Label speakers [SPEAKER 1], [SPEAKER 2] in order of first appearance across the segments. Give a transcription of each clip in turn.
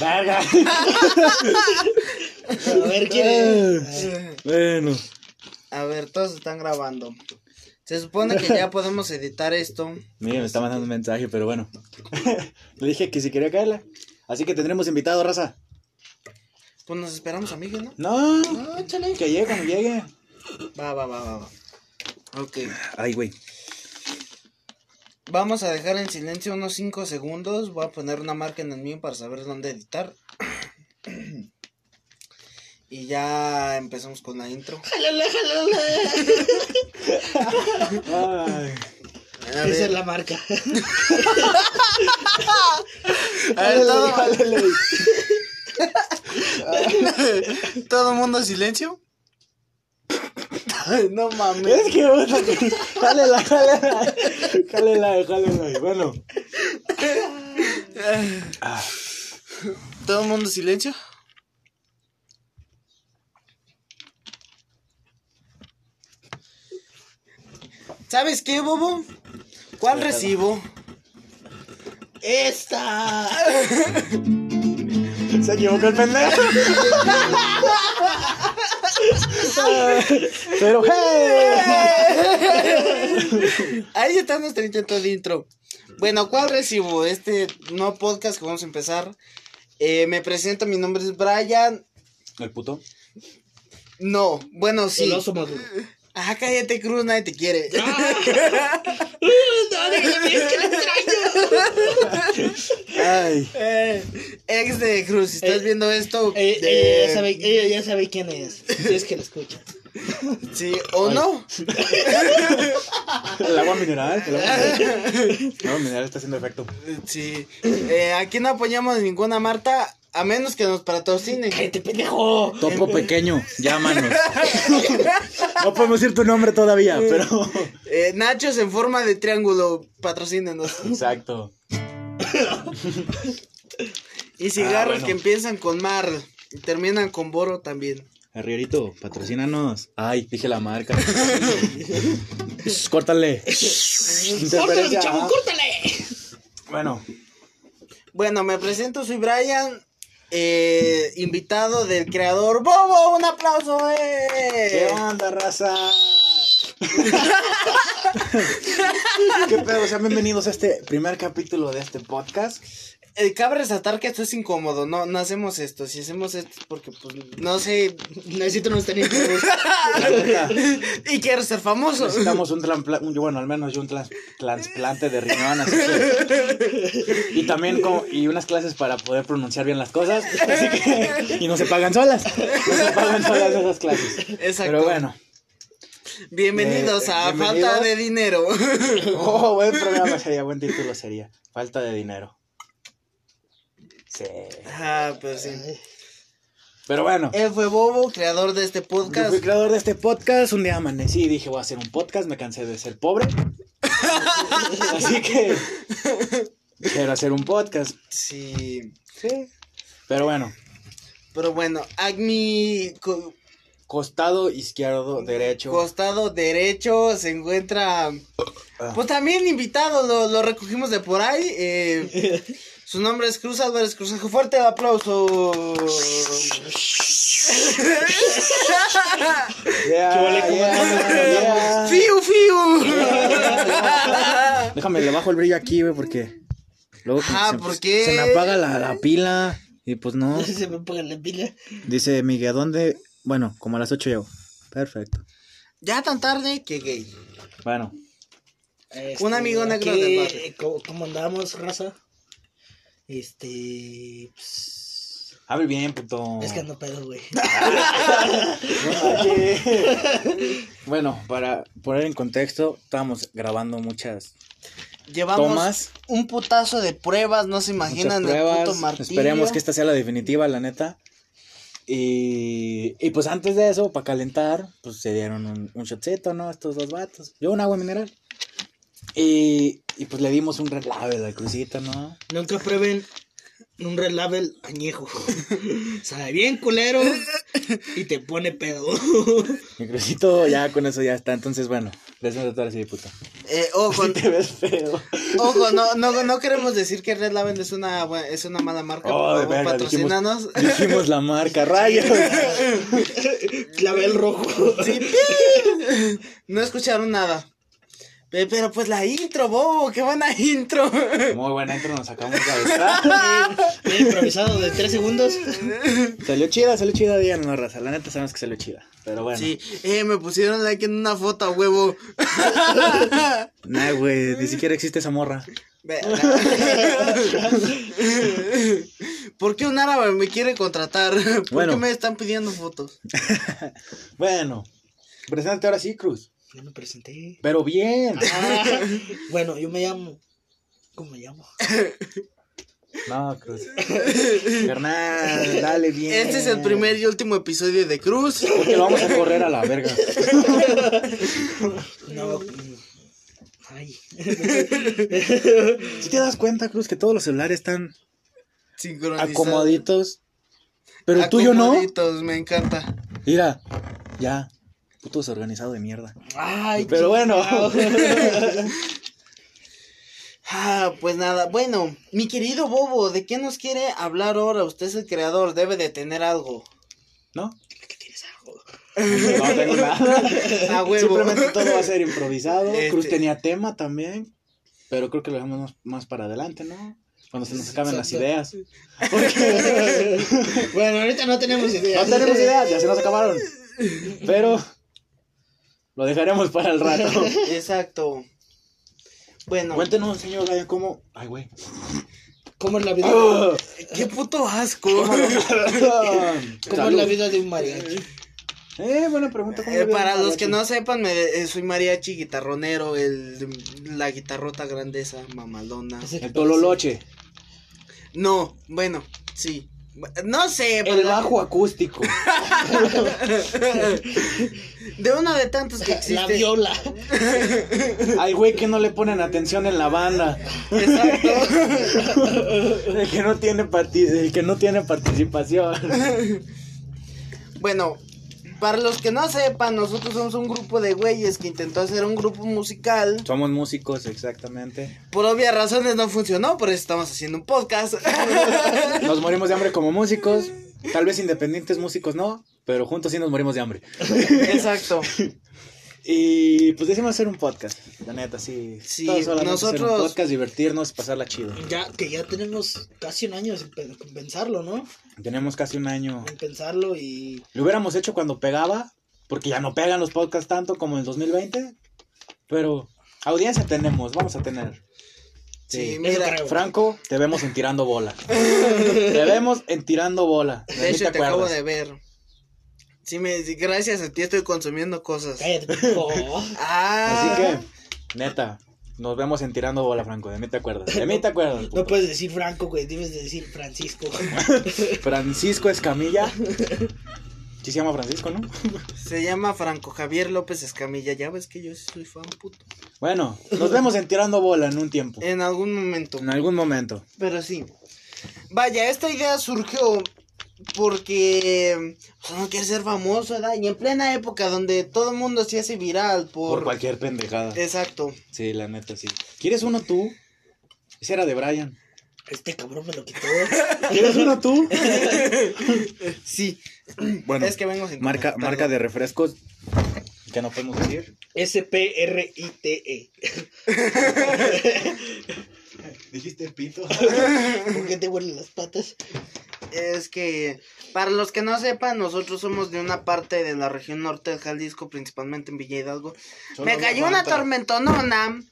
[SPEAKER 1] Verga.
[SPEAKER 2] A ver, ¿quién es?
[SPEAKER 1] Bueno.
[SPEAKER 2] A ver, todos están grabando. Se supone que ya podemos editar esto.
[SPEAKER 1] Mira, me está mandando un mensaje, pero bueno. Le dije que si quería caerla. Así que tendremos invitado, raza.
[SPEAKER 2] Pues nos esperamos a Miguel, ¿no?
[SPEAKER 1] No,
[SPEAKER 2] Ah, chale.
[SPEAKER 1] que llegue cuando llegue.
[SPEAKER 2] Va, va, va, va, va. Ok.
[SPEAKER 1] Ay, güey.
[SPEAKER 2] Vamos a dejar en silencio unos 5 segundos. Voy a poner una marca en el mío para saber dónde editar. Y ya empezamos con la intro.
[SPEAKER 1] Ay.
[SPEAKER 2] A
[SPEAKER 3] Esa es
[SPEAKER 2] ver,
[SPEAKER 3] la marca.
[SPEAKER 2] a ver, todo,
[SPEAKER 1] Jálale.
[SPEAKER 2] todo mundo en silencio. Ay, no mames.
[SPEAKER 1] Es que vos Jálela, jálela. Jálela, jálela. Bueno.
[SPEAKER 2] Todo mundo en silencio. ¿Sabes qué, Bobo? ¿Cuál recibo?
[SPEAKER 3] Esta.
[SPEAKER 1] Se equivocó el pendejo. Ay, Pero hey.
[SPEAKER 2] Ahí está nuestro intento de intro. Bueno, ¿cuál recibo? Este nuevo podcast que vamos a empezar. Eh, me presento, mi nombre es Brian.
[SPEAKER 1] El puto.
[SPEAKER 2] No, bueno, sí.
[SPEAKER 3] El oso maduro.
[SPEAKER 2] Ah, cállate, Cruz, nadie te quiere. Ah.
[SPEAKER 3] No, déjame, es que la extraño.
[SPEAKER 1] Ay.
[SPEAKER 2] Eh, ex de Cruz, si estás
[SPEAKER 3] Eh,
[SPEAKER 2] viendo esto.
[SPEAKER 3] Ella,
[SPEAKER 2] eh,
[SPEAKER 3] ella ya sabe, ella ya sabe quién es. Si es que la escucha.
[SPEAKER 2] Sí, o no.
[SPEAKER 1] El agua mineral. El agua mineral, El agua mineral está haciendo efecto.
[SPEAKER 2] Sí. Eh, aquí no apoyamos a ninguna Marta, a menos que nos patrocine.
[SPEAKER 3] ¡Cállate, pendejo!
[SPEAKER 1] Topo pequeño, llámanos. No podemos decir tu nombre todavía, pero.
[SPEAKER 2] Eh, nachos en forma de triángulo, patrocínenos.
[SPEAKER 1] Exacto.
[SPEAKER 2] Y cigarros
[SPEAKER 1] Ah, bueno.
[SPEAKER 2] que empiezan con mar y terminan con boro también.
[SPEAKER 1] Arrierito, patrocínanos. Ay, dije la marca. Shh, Córtale.
[SPEAKER 3] ¡Córtale,
[SPEAKER 1] Interferencia.
[SPEAKER 3] chavo, córtale!
[SPEAKER 1] Bueno,
[SPEAKER 2] Bueno, me presento, soy Brian, eh, invitado del creador Bobo. Un aplauso,
[SPEAKER 1] ¿qué
[SPEAKER 2] eh.
[SPEAKER 1] onda, raza? ¿Qué pedo? Sean bienvenidos a este primer capítulo de este podcast.
[SPEAKER 2] Eh, cabe resaltar que esto es incómodo, no, no hacemos esto. Si hacemos esto es porque, pues, no sé.
[SPEAKER 3] Necesito unos tenis nuevos.
[SPEAKER 1] La neta,
[SPEAKER 2] y quiero ser famoso.
[SPEAKER 1] necesitamos un traspla- un- bueno, al menos yo un tras- trasplante de riñón, así que- Y también como- y unas clases para poder pronunciar bien las cosas, así que- y no se pagan solas. No se pagan solas esas clases.
[SPEAKER 2] Exacto.
[SPEAKER 1] Pero bueno,
[SPEAKER 2] Bienvenidos
[SPEAKER 1] Eh,
[SPEAKER 2] a
[SPEAKER 1] bienvenidos.
[SPEAKER 2] Falta de Dinero.
[SPEAKER 1] Oh, buen programa sería, buen título sería. Falta de dinero. Sí.
[SPEAKER 2] ah, pues sí.
[SPEAKER 1] Pero bueno,
[SPEAKER 2] Él fue Bobo, creador de este
[SPEAKER 1] yo
[SPEAKER 2] podcast.
[SPEAKER 1] fui creador de este podcast. Un día amanecí y dije, voy a hacer un podcast. Me cansé de ser pobre. Así que quiero hacer un podcast.
[SPEAKER 2] Sí.
[SPEAKER 1] Sí. Pero bueno,
[SPEAKER 2] Pero bueno, a mi co-
[SPEAKER 1] costado izquierdo, derecho.
[SPEAKER 2] costado derecho se encuentra.
[SPEAKER 1] Ah.
[SPEAKER 2] Pues también invitado, lo, lo recogimos de por ahí. eh, su nombre es Cruz Álvarez Cruz. Fuerte el aplauso.
[SPEAKER 1] Yeah,
[SPEAKER 3] ¿Qué vale, cómo
[SPEAKER 1] yeah, yeah.
[SPEAKER 2] ¡Fiu, fiu!
[SPEAKER 1] Déjame, le bajo el brillo aquí, güey, porque luego
[SPEAKER 2] Ah,
[SPEAKER 1] se,
[SPEAKER 2] ¿por
[SPEAKER 1] se-
[SPEAKER 2] qué?
[SPEAKER 1] se me apaga la, la pila y pues no.
[SPEAKER 3] Se me paga la pila.
[SPEAKER 1] Dice Miguel, ¿a dónde? Bueno, como a las 8 llego. Perfecto.
[SPEAKER 2] ya tan tarde que gay.
[SPEAKER 1] Bueno,
[SPEAKER 3] Este,
[SPEAKER 2] Un amigo negro
[SPEAKER 3] aquí, eh,
[SPEAKER 2] del barrio.
[SPEAKER 3] ¿cómo, cómo andamos, raza? Este. pues,
[SPEAKER 1] abre bien, puto.
[SPEAKER 3] es que ando pedo, güey.
[SPEAKER 1] Bueno, para poner en contexto, estábamos grabando muchas
[SPEAKER 2] Llevamos
[SPEAKER 1] Tomás.
[SPEAKER 2] un putazo de pruebas, no se
[SPEAKER 1] muchas
[SPEAKER 2] imaginan el puto
[SPEAKER 1] pruebas.
[SPEAKER 2] martillo.
[SPEAKER 1] Esperemos que esta sea la definitiva, la neta. Y, y pues antes de eso, para calentar, pues se dieron un, un shotcito, ¿no? Estos dos vatos. Yo un agua mineral. Y, y pues le dimos un red label al crucito, ¿no?
[SPEAKER 3] Nunca prueben un red label añejo. Sabe bien culero y te pone pedo.
[SPEAKER 1] Mi crucito ya con eso ya está. Entonces, bueno, Les voy a tratar así de puta.
[SPEAKER 2] Eh, ojo,
[SPEAKER 1] Si te ves feo.
[SPEAKER 2] ojo, no, no, no queremos decir que Red Label es una, bu- es una mala marca.
[SPEAKER 1] Oh,
[SPEAKER 2] por
[SPEAKER 1] de
[SPEAKER 2] favor,
[SPEAKER 1] verga, dijimos-
[SPEAKER 2] patrocínanos.
[SPEAKER 1] Dijimos la marca, rayos.
[SPEAKER 3] Clavel rojo.
[SPEAKER 2] Sí, no escucharon nada. Pe- Pero pues la intro, bobo, qué buena intro.
[SPEAKER 1] Muy buena intro, nos sacamos cabeza.
[SPEAKER 3] Bien improvisado de tres segundos.
[SPEAKER 1] Salió chida, salió chida, digan no raza. La neta sabemos que salió chida. Pero bueno.
[SPEAKER 2] Sí, eh, me pusieron like en una foto, a huevo.
[SPEAKER 1] Nah, güey, ni siquiera existe esa morra.
[SPEAKER 2] Verga. ¿Por qué un árabe me quiere contratar? ¿Por
[SPEAKER 1] Bueno.
[SPEAKER 2] qué me están pidiendo fotos?
[SPEAKER 1] Bueno, preséntate ahora sí, Cruz.
[SPEAKER 3] Ya me presenté.
[SPEAKER 1] Pero bien.
[SPEAKER 3] Ah, bueno, yo me llamo. ¿Cómo me llamo?
[SPEAKER 1] No, Cruz. Carnal, dale bien.
[SPEAKER 2] Este es el primer y último episodio de Cruz.
[SPEAKER 1] Porque lo vamos a correr a la verga.
[SPEAKER 3] No. mm, Ay.
[SPEAKER 1] Si te das cuenta, Cruz, que todos los celulares están
[SPEAKER 2] Sincronizado.
[SPEAKER 1] acomoditos. Pero el tuyo no.
[SPEAKER 2] Acomoditos, me encanta.
[SPEAKER 1] Mira, ya. Puto desorganizado de mierda.
[SPEAKER 3] Ay.
[SPEAKER 1] Pero bueno.
[SPEAKER 2] Ah, pues nada, bueno, mi querido Bobo, ¿de qué nos quiere hablar ahora? Usted es el creador, debe de tener algo.
[SPEAKER 1] ¿No?
[SPEAKER 3] ¿Qué tienes algo?
[SPEAKER 1] No tengo nada.
[SPEAKER 2] A huevo.
[SPEAKER 1] Simplemente todo va a ser improvisado.
[SPEAKER 2] Este-
[SPEAKER 1] Cruz tenía tema también. Pero creo que lo dejamos más, más para adelante, ¿no? Cuando se nos acaben las
[SPEAKER 3] Exacto.
[SPEAKER 1] ideas. Porque
[SPEAKER 3] Bueno, ahorita no tenemos idea.
[SPEAKER 1] no tenemos ideas, ya se nos acabaron. Pero lo dejaremos para el rato.
[SPEAKER 2] Exacto. Bueno,
[SPEAKER 1] Cuéntenos, señor Gallo, cómo. Ay, güey.
[SPEAKER 3] ¿Cómo es la vida?
[SPEAKER 1] ¿Cómo
[SPEAKER 2] qué puto asco.
[SPEAKER 3] ¿Cómo es la vida de un mariachi?
[SPEAKER 1] Eh, buena pregunta. ¿cómo Ah,
[SPEAKER 2] Eh,
[SPEAKER 1] le ves
[SPEAKER 2] para
[SPEAKER 1] al
[SPEAKER 2] los que
[SPEAKER 1] mariachi?
[SPEAKER 2] no sepan, me- eh, soy mariachi guitarronero, el, la guitarrota grandeza, mamalona.
[SPEAKER 3] Ese que
[SPEAKER 1] El Tololoche.
[SPEAKER 2] No, bueno, sí. No sé,
[SPEAKER 1] El
[SPEAKER 2] pero-
[SPEAKER 1] bajo acústico.
[SPEAKER 2] de uno de tantos que
[SPEAKER 3] parece- La
[SPEAKER 2] existe.
[SPEAKER 3] viola.
[SPEAKER 1] Ay, güey, que no le ponen atención en la banda.
[SPEAKER 2] Exacto.
[SPEAKER 1] El que no tiene, parti- el que no tiene participación.
[SPEAKER 2] Bueno, para los que no sepan, nosotros somos un grupo de güeyes que intentó hacer un grupo musical.
[SPEAKER 1] Somos músicos, exactamente.
[SPEAKER 2] Por obvias razones no funcionó, por eso estamos haciendo un podcast.
[SPEAKER 1] Nos morimos de hambre como músicos. Tal vez independientes músicos no, pero juntos sí nos morimos de hambre.
[SPEAKER 2] Exacto.
[SPEAKER 1] Y pues decimos hacer un podcast, la neta, sí.
[SPEAKER 2] Sí,
[SPEAKER 1] Todos solamente Hacer un
[SPEAKER 2] nosotros-
[SPEAKER 1] podcast, divertirnos, pasarla chido.
[SPEAKER 3] Ya, que ya tenemos casi un año sin pe- con pensarlo, ¿no?
[SPEAKER 1] Tenemos casi un año.
[SPEAKER 3] En pensarlo y.
[SPEAKER 1] Lo hubiéramos hecho cuando pegaba, porque ya no pegan los podcasts tanto como en el 2020. Pero audiencia tenemos, vamos a tener.
[SPEAKER 2] Sí,
[SPEAKER 1] Sí.
[SPEAKER 2] mira.
[SPEAKER 3] creo.
[SPEAKER 1] Franco, te vemos en tirando bola. te vemos en tirando bola.
[SPEAKER 2] De hecho,
[SPEAKER 1] ¿Te
[SPEAKER 2] te acabo
[SPEAKER 1] acuerdas?
[SPEAKER 2] de ver. Sí, me sí, gracias a ti estoy consumiendo cosas.
[SPEAKER 1] Eh.
[SPEAKER 3] Cállate, pico.
[SPEAKER 2] Ah.
[SPEAKER 1] Así que, neta, nos vemos en tirando bola, Franco. De mí te acuerdas. De mí te acuerdas.
[SPEAKER 3] No
[SPEAKER 1] puto.
[SPEAKER 3] puedes decir Franco, güey. Debes de decir Francisco.
[SPEAKER 1] Francisco Escamilla. Sí se llama Francisco, ¿no?
[SPEAKER 2] Se llama Franco Javier López Escamilla. Ya ves que yo sí soy fan, puto.
[SPEAKER 1] Bueno, nos vemos en tirando bola en un tiempo.
[SPEAKER 2] En algún momento.
[SPEAKER 1] En algún momento.
[SPEAKER 2] Pero sí. Vaya, esta idea surgió porque o sea, no quiere ser famoso, ¿verdad? Y en plena época donde todo el mundo se hace viral por... Eh.
[SPEAKER 1] Por cualquier pendejada.
[SPEAKER 2] Exacto.
[SPEAKER 1] Sí, la neta, sí. ¿Quieres uno tú? Ese era de Brian.
[SPEAKER 3] Este cabrón me lo quitó.
[SPEAKER 1] ¿Quieres uno tú?
[SPEAKER 2] Sí.
[SPEAKER 1] Bueno,
[SPEAKER 2] es que vengo sin
[SPEAKER 1] marca,
[SPEAKER 2] conectarlo.
[SPEAKER 1] marca de refrescos que no podemos decir.
[SPEAKER 3] S-P-R-I-T-E.
[SPEAKER 1] Dijiste pito.
[SPEAKER 3] ¿Por qué te huelen las patas?
[SPEAKER 2] Es que, para los que no sepan, nosotros somos de una parte de la región norte del Jalisco, principalmente en Villa Hidalgo. Me cayó una tormentonona.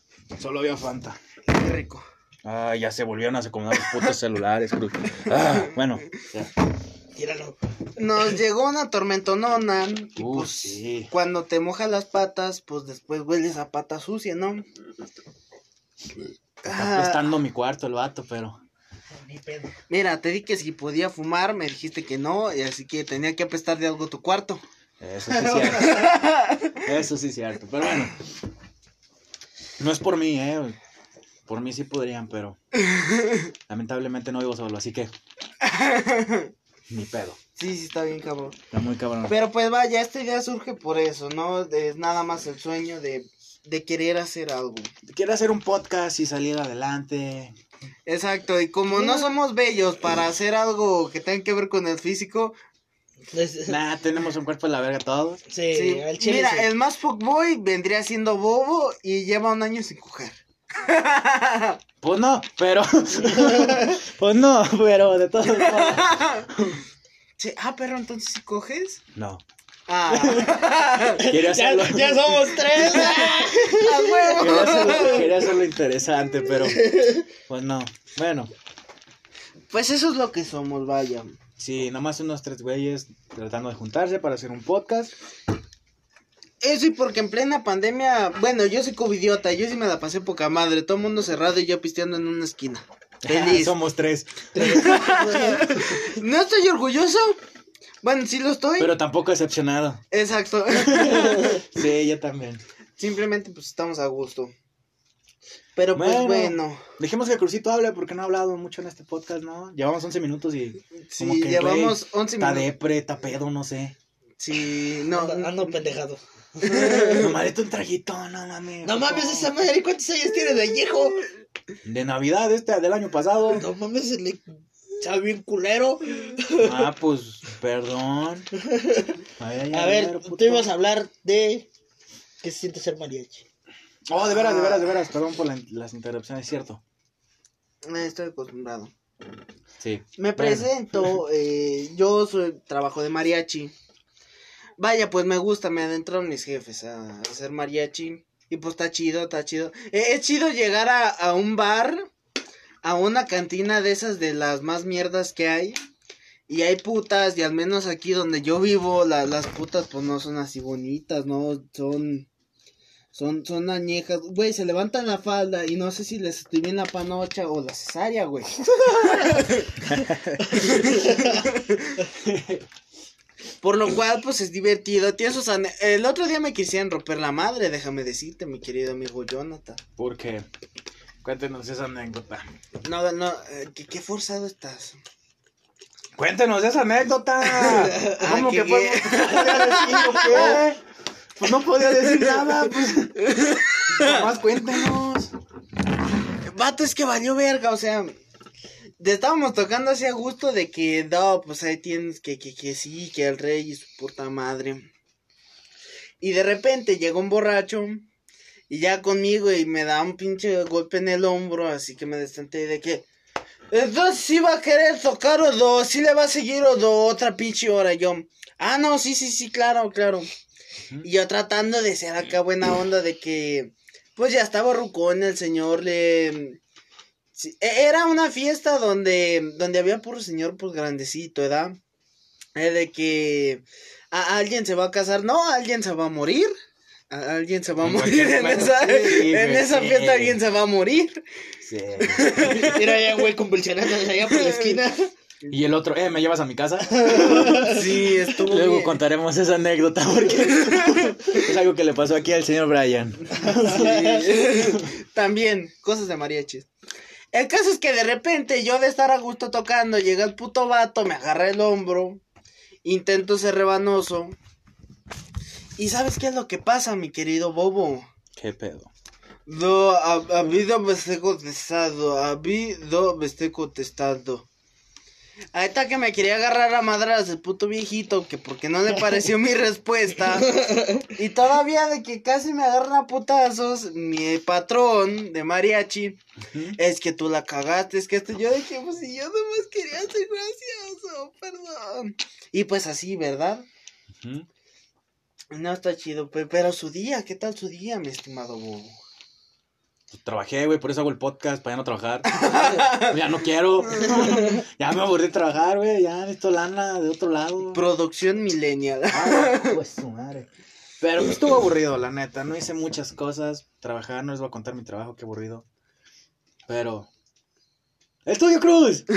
[SPEAKER 1] Solo había Fanta.
[SPEAKER 2] Qué rico.
[SPEAKER 1] Ah, ya se volvieron a acomodar los putos celulares, Cruz. Ah, bueno. ya.
[SPEAKER 3] Tíralo.
[SPEAKER 2] Nos llegó una tormentonona. Y
[SPEAKER 1] Uh,
[SPEAKER 2] pues,
[SPEAKER 1] sí.
[SPEAKER 2] cuando te mojas las patas, pues después hueles a pata sucia, ¿no?
[SPEAKER 1] Está
[SPEAKER 2] Ah,
[SPEAKER 1] prestando mi cuarto el vato, pero.
[SPEAKER 3] Ni pedo.
[SPEAKER 2] mira, te di que si podía fumar, me dijiste que no, y así que tenía que apestar de algo tu cuarto.
[SPEAKER 1] Eso sí es cierto. Eso sí es cierto. Pero bueno. No es por mí, eh. Por mí sí podrían, pero. Lamentablemente no vivo solo, así que. Ni pedo.
[SPEAKER 2] Sí, sí, está bien, cabrón.
[SPEAKER 1] Está muy cabrón.
[SPEAKER 2] este Pero pues vaya, esta idea surge por eso, ¿no? Es nada más el sueño de de querer hacer algo.
[SPEAKER 1] Quiero hacer un podcast y salir adelante.
[SPEAKER 2] Exacto, y como no somos bellos para hacer algo que tenga que ver con el físico,
[SPEAKER 3] Pues,
[SPEAKER 1] Nah, tenemos un cuerpo de la verga todos.
[SPEAKER 3] sí,
[SPEAKER 2] sí.
[SPEAKER 3] al chile
[SPEAKER 2] mira, eh,
[SPEAKER 3] sí.
[SPEAKER 2] el más fuckboy vendría siendo bobo y lleva un año sin coger.
[SPEAKER 1] Pues no, pero. pues no, pero de todos modos.
[SPEAKER 2] Sí, ah, pero entonces si coges.
[SPEAKER 1] No.
[SPEAKER 2] Ah,
[SPEAKER 1] Quería
[SPEAKER 3] Ya,
[SPEAKER 1] hacerlo.
[SPEAKER 3] ya somos tres.
[SPEAKER 2] a
[SPEAKER 1] Quería
[SPEAKER 2] huevo.
[SPEAKER 1] hacerlo, quería hacerlo interesante, pero. Pues no. Bueno,
[SPEAKER 2] Pues eso es lo que somos, vaya.
[SPEAKER 1] sí, nomás unos tres güeyes tratando de juntarse para hacer un podcast.
[SPEAKER 2] Eso y porque en plena pandemia, bueno, yo soy covidiota, yo sí me la pasé poca madre, todo mundo cerrado y yo pisteando en una esquina. Feliz.
[SPEAKER 1] Somos tres.
[SPEAKER 2] ¿No estoy orgulloso? Bueno, sí lo estoy.
[SPEAKER 1] Pero tampoco decepcionado.
[SPEAKER 2] Exacto.
[SPEAKER 1] Sí, yo también.
[SPEAKER 2] Simplemente pues estamos a gusto. Pero
[SPEAKER 1] Bueno.
[SPEAKER 2] pues bueno,
[SPEAKER 1] Dejemos que el Crucito hable porque no ha hablado mucho en este podcast, ¿no? Llevamos 11 minutos y
[SPEAKER 2] si
[SPEAKER 1] Como que,
[SPEAKER 2] llevamos 11
[SPEAKER 1] está
[SPEAKER 2] minutos.
[SPEAKER 1] depre, está pedo, no sé.
[SPEAKER 2] Sí, no. mm,
[SPEAKER 3] Ando, ando pendejado.
[SPEAKER 1] Tomaré un trajito, no mames.
[SPEAKER 3] No mames, esa madre, ¿cuántos años tiene de viejo?
[SPEAKER 1] De Navidad, este, del año pasado.
[SPEAKER 3] No mames, se le sabe bien culero.
[SPEAKER 1] Ah, pues, perdón. A ver,
[SPEAKER 3] A ver, tú ibas a hablar de qué se siente ser mariachi.
[SPEAKER 1] Oh, de veras, de veras, de
[SPEAKER 3] Ah.
[SPEAKER 1] veras. Perdón por la- las interrupciones, es cierto.
[SPEAKER 2] eh, Estoy acostumbrado.
[SPEAKER 1] Sí.
[SPEAKER 2] Me
[SPEAKER 1] Bueno.
[SPEAKER 2] presento, eh, yo soy, trabajo de mariachi. Vaya, pues me gusta, me adentraron mis jefes a, hacer ser mariachi. Y pues está chido, está chido. Eh, es chido llegar a, a un bar, a una cantina de esas de las más mierdas que hay. Y hay putas, y al menos aquí donde yo vivo, la- las putas pues no son así bonitas, no son... Son, son añejas, güey, se levantan la falda y no sé si les estoy bien la panocha o la cesárea, güey. Por lo cual, pues es divertido. Tiene sus ane- El otro día me quisieran romper la madre, déjame decirte, mi querido amigo Jonathan.
[SPEAKER 1] Porque. Cuéntenos esa anécdota.
[SPEAKER 2] No, no, eh, ¿qué, qué forzado estás.
[SPEAKER 1] Cuéntenos esa anécdota.
[SPEAKER 3] Ah,
[SPEAKER 1] ¿Cómo
[SPEAKER 2] que
[SPEAKER 1] que,
[SPEAKER 2] qué.
[SPEAKER 1] pues, no podía decir o qué? Pues no podía decir nada, pues. Nomás cuéntenos.
[SPEAKER 2] Vato, es que valió verga, o sea. Te estábamos tocando así a gusto de que, no, pues ahí tienes que, que, que sí, que el rey y su puta madre. Y de repente llega un borracho y ya conmigo y me da un pinche golpe en el hombro, así que me destanté de que. Entonces sí va a querer tocar o dos, sí le va a seguir o dos, otra pinche hora y yo. Ah, no, sí, sí, sí, claro, claro. Y yo tratando de ser acá buena onda de que. Pues ya estaba rucón el señor, le... sí, e- era una fiesta donde, donde había puro señor, pues grandecito, ¿verdad? Eh, de que a- alguien se va a casar, no, alguien se va a morir. A- Alguien se va a
[SPEAKER 1] En
[SPEAKER 2] morir
[SPEAKER 1] cualquier
[SPEAKER 2] en
[SPEAKER 1] momento,
[SPEAKER 2] esa,
[SPEAKER 1] sí,
[SPEAKER 2] en
[SPEAKER 1] güey,
[SPEAKER 2] esa
[SPEAKER 1] sí.
[SPEAKER 2] fiesta, alguien se va a morir.
[SPEAKER 1] Sí.
[SPEAKER 3] Mira ya, güey, convulsionándose allá por la esquina.
[SPEAKER 1] Y el otro, eh, ¿me llevas a mi casa?
[SPEAKER 2] Sí, estuvo
[SPEAKER 1] Luego
[SPEAKER 2] bien.
[SPEAKER 1] contaremos esa anécdota porque es algo que le pasó aquí al señor Brian.
[SPEAKER 2] También, cosas de mariachis. El caso es que de repente yo de estar a gusto tocando, llega el puto vato, me agarra el hombro, intento ser rebanoso. ¿Y sabes qué es lo que pasa, mi querido bobo?
[SPEAKER 1] ¿Qué pedo?
[SPEAKER 2] No, ha, ha habido me estoy contestando, ha habido me estoy contestando. Ahorita que me quería agarrar a madras el puto viejito, que porque no le pareció mi respuesta. Y todavía de que casi me agarran a putazos, mi patrón de mariachi, es que tú la cagaste, es que esto yo dije, pues si yo nomás quería ser gracioso, perdón. Y pues así, ¿verdad?
[SPEAKER 1] Ujú.
[SPEAKER 2] No está chido, pe- pero su día, ¿qué tal su día, mi estimado bobo?
[SPEAKER 1] Pues trabajé, güey, por eso hago el podcast, para ya no trabajar. ya no quiero. ya me aburrí de trabajar, güey, ya necesito lana de otro lado.
[SPEAKER 2] Producción millennial.
[SPEAKER 1] Ah, pues su madre. Pero pues, estuvo aburrido, la neta. No hice muchas cosas. Trabajar, no les voy a contar mi trabajo, qué aburrido. Pero. ¡Estudio Cruz! ¿Qué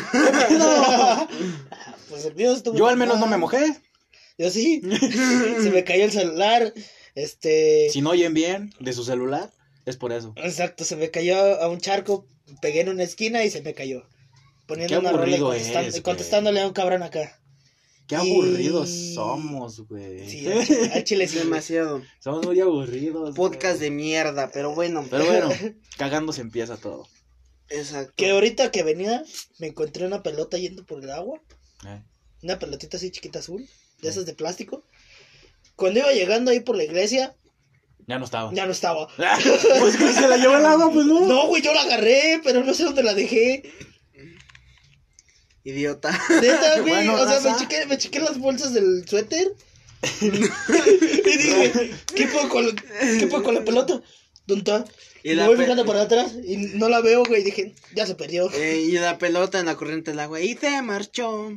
[SPEAKER 1] pedo?
[SPEAKER 3] Pues el mío estuvo-
[SPEAKER 1] Yo al menos no me mojé.
[SPEAKER 3] Yo sí. se me cayó el celular. Este.
[SPEAKER 1] Si no oyen bien de su celular, es por eso.
[SPEAKER 3] Exacto, se me cayó a un charco. Pegué en una esquina y se me cayó. Poniendo
[SPEAKER 1] Qué
[SPEAKER 3] una rola y
[SPEAKER 1] aburrido
[SPEAKER 3] contestan-
[SPEAKER 1] eres, güey.
[SPEAKER 3] contestándole a un cabrón acá.
[SPEAKER 1] Qué
[SPEAKER 2] Y-
[SPEAKER 1] aburridos somos, güey.
[SPEAKER 3] Sí,
[SPEAKER 2] al chile- al chile sí. Demasiado.
[SPEAKER 1] Somos muy aburridos.
[SPEAKER 2] Podcast de mierda, pero bueno.
[SPEAKER 1] güey. Pero bueno, cagándose empieza todo.
[SPEAKER 2] Exacto.
[SPEAKER 3] Que ahorita que venía, me encontré una pelota yendo por el agua.
[SPEAKER 1] Eh,
[SPEAKER 3] Una pelotita así chiquita azul, de esas de plástico. Cuando iba llegando ahí por la iglesia,
[SPEAKER 1] Ya no estaba.
[SPEAKER 3] ya no estaba.
[SPEAKER 1] pues que se la llevó el agua, pues no.
[SPEAKER 3] No, güey, yo la agarré, pero no sé dónde la dejé.
[SPEAKER 2] Idiota.
[SPEAKER 3] Neta, güey.
[SPEAKER 1] Bueno,
[SPEAKER 3] o sea,
[SPEAKER 1] raza.
[SPEAKER 3] me chequé, me chequé las bolsas del suéter. y dije, ¿qué puedo con, qué puedo con la pelota? ¿Dónde está?
[SPEAKER 2] Y
[SPEAKER 3] Y
[SPEAKER 2] la
[SPEAKER 3] voy
[SPEAKER 2] pe-
[SPEAKER 3] fijando para atrás y no la veo, güey. Dije, ya se perdió.
[SPEAKER 2] Eh, y la pelota en la corriente del agua. Y te marchó.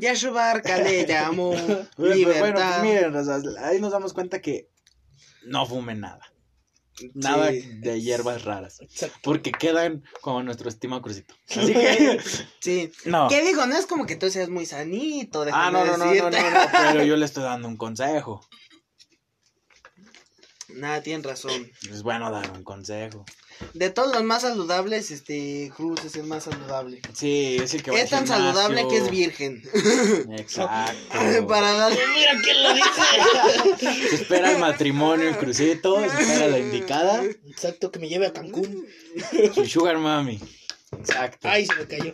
[SPEAKER 2] Y a su barca le llamó
[SPEAKER 1] Bueno, pues, bueno,
[SPEAKER 2] libertad.
[SPEAKER 1] pues miren, o sea, ahí nos damos cuenta que no fumen nada. Nada
[SPEAKER 2] Sí.
[SPEAKER 1] de hierbas raras.
[SPEAKER 3] Exacto.
[SPEAKER 1] Porque quedan como nuestro estimado crucito. Así que,
[SPEAKER 2] Sí.
[SPEAKER 1] no.
[SPEAKER 2] ¿Qué digo? No es como que tú seas muy sanito.
[SPEAKER 1] Ah, no, no, no, no, no, no, pero yo le estoy dando un consejo.
[SPEAKER 2] Nada, tienes razón.
[SPEAKER 1] Es bueno dar un consejo.
[SPEAKER 2] De todos los más saludables, este Cruz es el más saludable.
[SPEAKER 1] Sí, es el que va
[SPEAKER 2] Es
[SPEAKER 1] al
[SPEAKER 2] tan saludable
[SPEAKER 1] gimnasio.
[SPEAKER 2] que es virgen.
[SPEAKER 1] Exacto.
[SPEAKER 2] Para dar.
[SPEAKER 3] Pues Mira quién lo dice.
[SPEAKER 1] Se espera el matrimonio, el crucito, se espera la indicada,
[SPEAKER 3] Exacto, que me lleve a
[SPEAKER 2] Mm.
[SPEAKER 3] Cancún.
[SPEAKER 1] su sugar mami. Exacto.
[SPEAKER 3] Ay, se me cayó.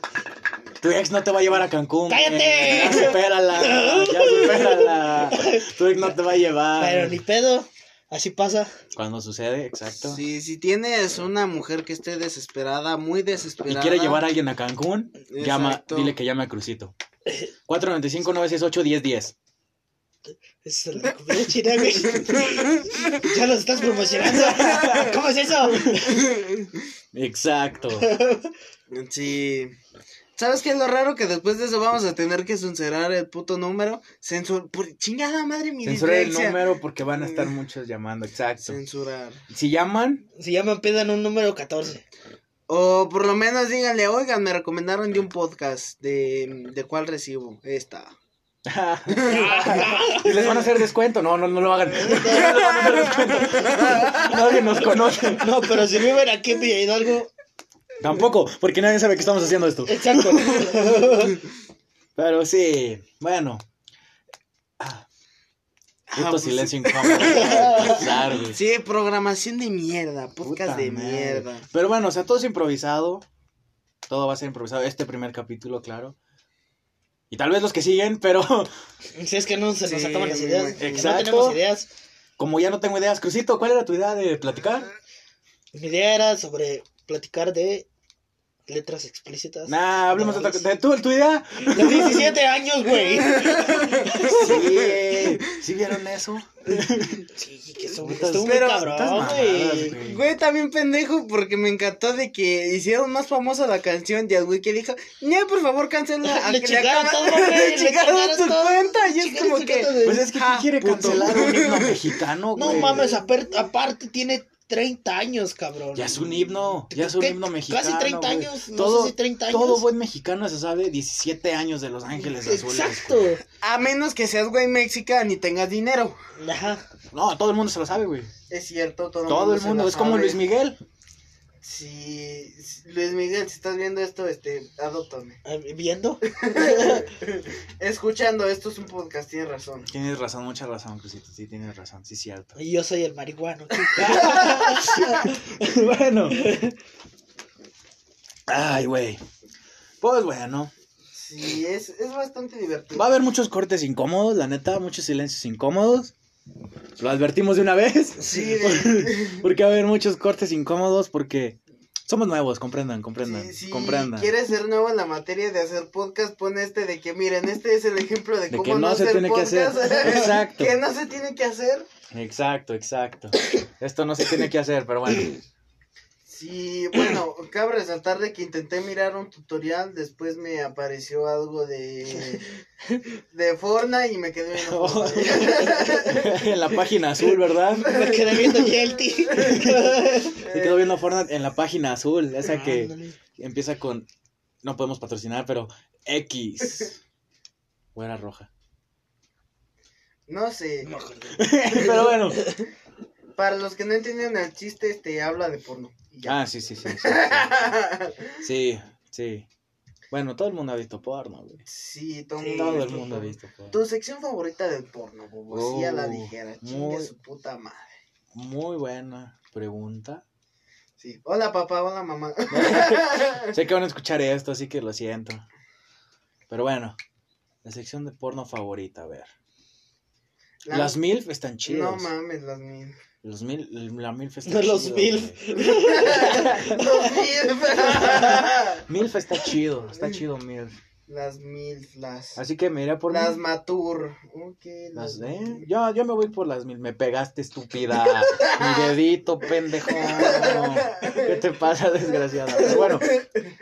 [SPEAKER 1] Tu ex no te va a llevar a Cancún.
[SPEAKER 3] ¡Cállate!
[SPEAKER 1] eh. Ya supérala, ya supérala. Tu ex no te va a
[SPEAKER 2] Ah,
[SPEAKER 1] llevar.
[SPEAKER 3] Pero ni pedo. Así pasa.
[SPEAKER 1] Cuando sucede, exacto.
[SPEAKER 2] Sí, si tienes una mujer que esté desesperada, muy
[SPEAKER 1] Y
[SPEAKER 2] desesperada.
[SPEAKER 1] quiere llevar a alguien a Cancún, llama,
[SPEAKER 2] Exacto.
[SPEAKER 1] dile que llame a Crucito. 495-968-1010.
[SPEAKER 3] Eso es la comida china, güey. Ya los estás promocionando. ¿Cómo es eso?
[SPEAKER 1] Exacto.
[SPEAKER 2] Sí. ¿Sabes qué es lo raro? Que después de eso vamos a tener que censurar el puto número. Censur. por- Chingada madre, mi
[SPEAKER 1] Censura el
[SPEAKER 2] dislexia.
[SPEAKER 1] número porque van a estar muchos llamando, exacto.
[SPEAKER 2] Censurar.
[SPEAKER 1] Si llaman,
[SPEAKER 3] Se llaman pedan un número 14.
[SPEAKER 2] O por lo menos díganle, oigan, me recomendaron de un podcast. ¿De, de cuál recibo? Esta.
[SPEAKER 1] Y les van a hacer descuento. No, no, no lo hagan. No les van a hacer descuento. Nadie nos conoce.
[SPEAKER 3] No, pero si viven aquí en Villa Hidalgo,
[SPEAKER 1] Tampoco, porque nadie sabe que estamos haciendo esto.
[SPEAKER 3] exacto.
[SPEAKER 1] Pero sí, bueno. Ah, puto
[SPEAKER 2] Ah, pues
[SPEAKER 1] silencio incómodo. Pensar, güey.
[SPEAKER 2] Sí, programación de mierda, podcast
[SPEAKER 1] Puta
[SPEAKER 2] de
[SPEAKER 1] madre.
[SPEAKER 2] mierda.
[SPEAKER 1] Pero bueno, o sea, todo es improvisado. Todo va a ser improvisado. Este primer capítulo, claro. Y tal vez los que siguen, pero
[SPEAKER 3] Si es que no se nos
[SPEAKER 2] Sí,
[SPEAKER 3] acaban las ideas. que
[SPEAKER 1] exacto.
[SPEAKER 3] No tenemos ideas.
[SPEAKER 1] como ya no tengo ideas, Crucito, ¿cuál era tu idea de platicar?
[SPEAKER 3] Mi idea era sobre platicar de letras explícitas.
[SPEAKER 1] Nah, hablemos de otra cosa. ¿Tú, tu idea?
[SPEAKER 3] De 17 años, güey.
[SPEAKER 1] Sí, ¿sí vieron eso?
[SPEAKER 3] Sí, que son,
[SPEAKER 1] Estás-
[SPEAKER 3] estuvo muy
[SPEAKER 2] pero-
[SPEAKER 1] estás
[SPEAKER 3] cabrón,
[SPEAKER 1] mamadas,
[SPEAKER 3] güey.
[SPEAKER 2] Güey, también pendejo porque me encantó de que hicieron más famosa la canción de al güey que dijo, no, por favor, cancela. a
[SPEAKER 3] Le
[SPEAKER 2] que
[SPEAKER 3] chingaron
[SPEAKER 2] acaban-
[SPEAKER 3] todo, güey,
[SPEAKER 2] le
[SPEAKER 3] le
[SPEAKER 2] chingaron
[SPEAKER 3] chingaron
[SPEAKER 2] tu
[SPEAKER 3] todo.
[SPEAKER 2] cuenta y es
[SPEAKER 3] Chingaron
[SPEAKER 2] como
[SPEAKER 3] su
[SPEAKER 2] que...
[SPEAKER 3] cuenta de-
[SPEAKER 1] Pues es que
[SPEAKER 2] Ja,
[SPEAKER 1] ¿quién quiere
[SPEAKER 2] puto.
[SPEAKER 1] cancelar un himno mexicano,
[SPEAKER 3] No
[SPEAKER 1] güey?
[SPEAKER 3] mames, aper- aparte tiene 30 años, cabrón.
[SPEAKER 1] Ya es un himno, ya es un himno mexicano.
[SPEAKER 3] Casi 30
[SPEAKER 1] güey.
[SPEAKER 3] años, no
[SPEAKER 1] Todo,
[SPEAKER 3] sé si 30 años.
[SPEAKER 1] todo buen mexicano se sabe 17 años de Los Ángeles Azules.
[SPEAKER 3] Exacto.
[SPEAKER 1] güey.
[SPEAKER 2] A menos que seas güey mexicano y tengas dinero.
[SPEAKER 3] Ajá.
[SPEAKER 1] No, todo el mundo se lo sabe, güey.
[SPEAKER 2] Es cierto, todo,
[SPEAKER 1] Todo el
[SPEAKER 2] se
[SPEAKER 1] mundo,
[SPEAKER 2] la
[SPEAKER 1] es como
[SPEAKER 2] sabe.
[SPEAKER 1] Luis Miguel.
[SPEAKER 2] Sí, Luis Miguel, si estás viendo esto, este, adóptame.
[SPEAKER 3] eh, ¿Viendo?
[SPEAKER 2] Escuchando, esto es un podcast, tienes razón.
[SPEAKER 1] Tienes razón, mucha razón, Crucito, sí tienes razón, sí cierto.
[SPEAKER 3] Y yo soy el marihuano.
[SPEAKER 1] bueno. Ay, güey. Pues bueno,
[SPEAKER 2] Sí, es, es bastante divertido.
[SPEAKER 1] va a haber muchos cortes incómodos, la neta, muchos silencios incómodos. Lo advertimos de una vez.
[SPEAKER 2] Sí, de-
[SPEAKER 1] Porque va a haber muchos cortes incómodos porque somos nuevos, comprendan, comprendan,
[SPEAKER 2] si, si
[SPEAKER 1] comprendan.
[SPEAKER 2] quieres ser nuevo en la materia de hacer podcast, pon este de que miren, este es el ejemplo de,
[SPEAKER 1] De
[SPEAKER 2] cómo
[SPEAKER 1] que no se
[SPEAKER 2] hacer
[SPEAKER 1] tiene que hacer. Exacto.
[SPEAKER 2] Que no se tiene que hacer.
[SPEAKER 1] Exacto, exacto. Esto no se tiene que hacer, pero bueno.
[SPEAKER 2] Sí, bueno, cabe resaltar de que intenté mirar un tutorial, después me apareció algo de de Fortnite y me quedé
[SPEAKER 1] Oh.
[SPEAKER 2] viendo Fortnite.
[SPEAKER 1] en la página azul, ¿verdad?
[SPEAKER 3] Me quedé viendo Yelty.
[SPEAKER 1] Se quedó viendo Fortnite en la página azul, esa
[SPEAKER 3] Ah.
[SPEAKER 1] que empieza con no podemos patrocinar, pero X. O era roja.
[SPEAKER 2] Eh, No sé.
[SPEAKER 3] No me acuerdo.
[SPEAKER 1] pero bueno.
[SPEAKER 2] Para los que no entienden el chiste, este habla de porno. Y ya.
[SPEAKER 1] Ah, sí, sí, sí. Sí, sí. sí. Bueno, todo el mundo ha visto porno, güey.
[SPEAKER 2] Sí, todo,
[SPEAKER 3] Sí,
[SPEAKER 1] Todo el
[SPEAKER 2] esto-
[SPEAKER 1] mundo ha visto porno.
[SPEAKER 2] Tu sección favorita del porno, Bobo. si ya la
[SPEAKER 1] Oh,
[SPEAKER 2] dijera.
[SPEAKER 1] muy-
[SPEAKER 2] Chingue su puta madre.
[SPEAKER 1] Muy buena pregunta.
[SPEAKER 2] Sí. Hola, papá. Hola, mamá.
[SPEAKER 1] Sé que van a escuchar esto, así que lo siento. Pero bueno, la sección de porno favorita, a ver.
[SPEAKER 2] La-
[SPEAKER 1] Las MILF están
[SPEAKER 2] No
[SPEAKER 1] chidas.
[SPEAKER 2] mames, las mil.
[SPEAKER 1] Los mil, la MILF está
[SPEAKER 3] No, los
[SPEAKER 1] chido,
[SPEAKER 3] MILF.
[SPEAKER 1] güey.
[SPEAKER 2] Los mil.
[SPEAKER 1] MILF está chido, está chido MILF.
[SPEAKER 2] las mil, las.
[SPEAKER 1] Así que me iré por
[SPEAKER 2] Las
[SPEAKER 1] mil-
[SPEAKER 2] Matur. Ok,
[SPEAKER 1] las-
[SPEAKER 2] las.
[SPEAKER 1] ¿eh? Yo, yo me voy por las mil. Me pegaste, estúpida. Mi dedito, pendejo. ¿Qué te pasa, desgraciada? Pero bueno,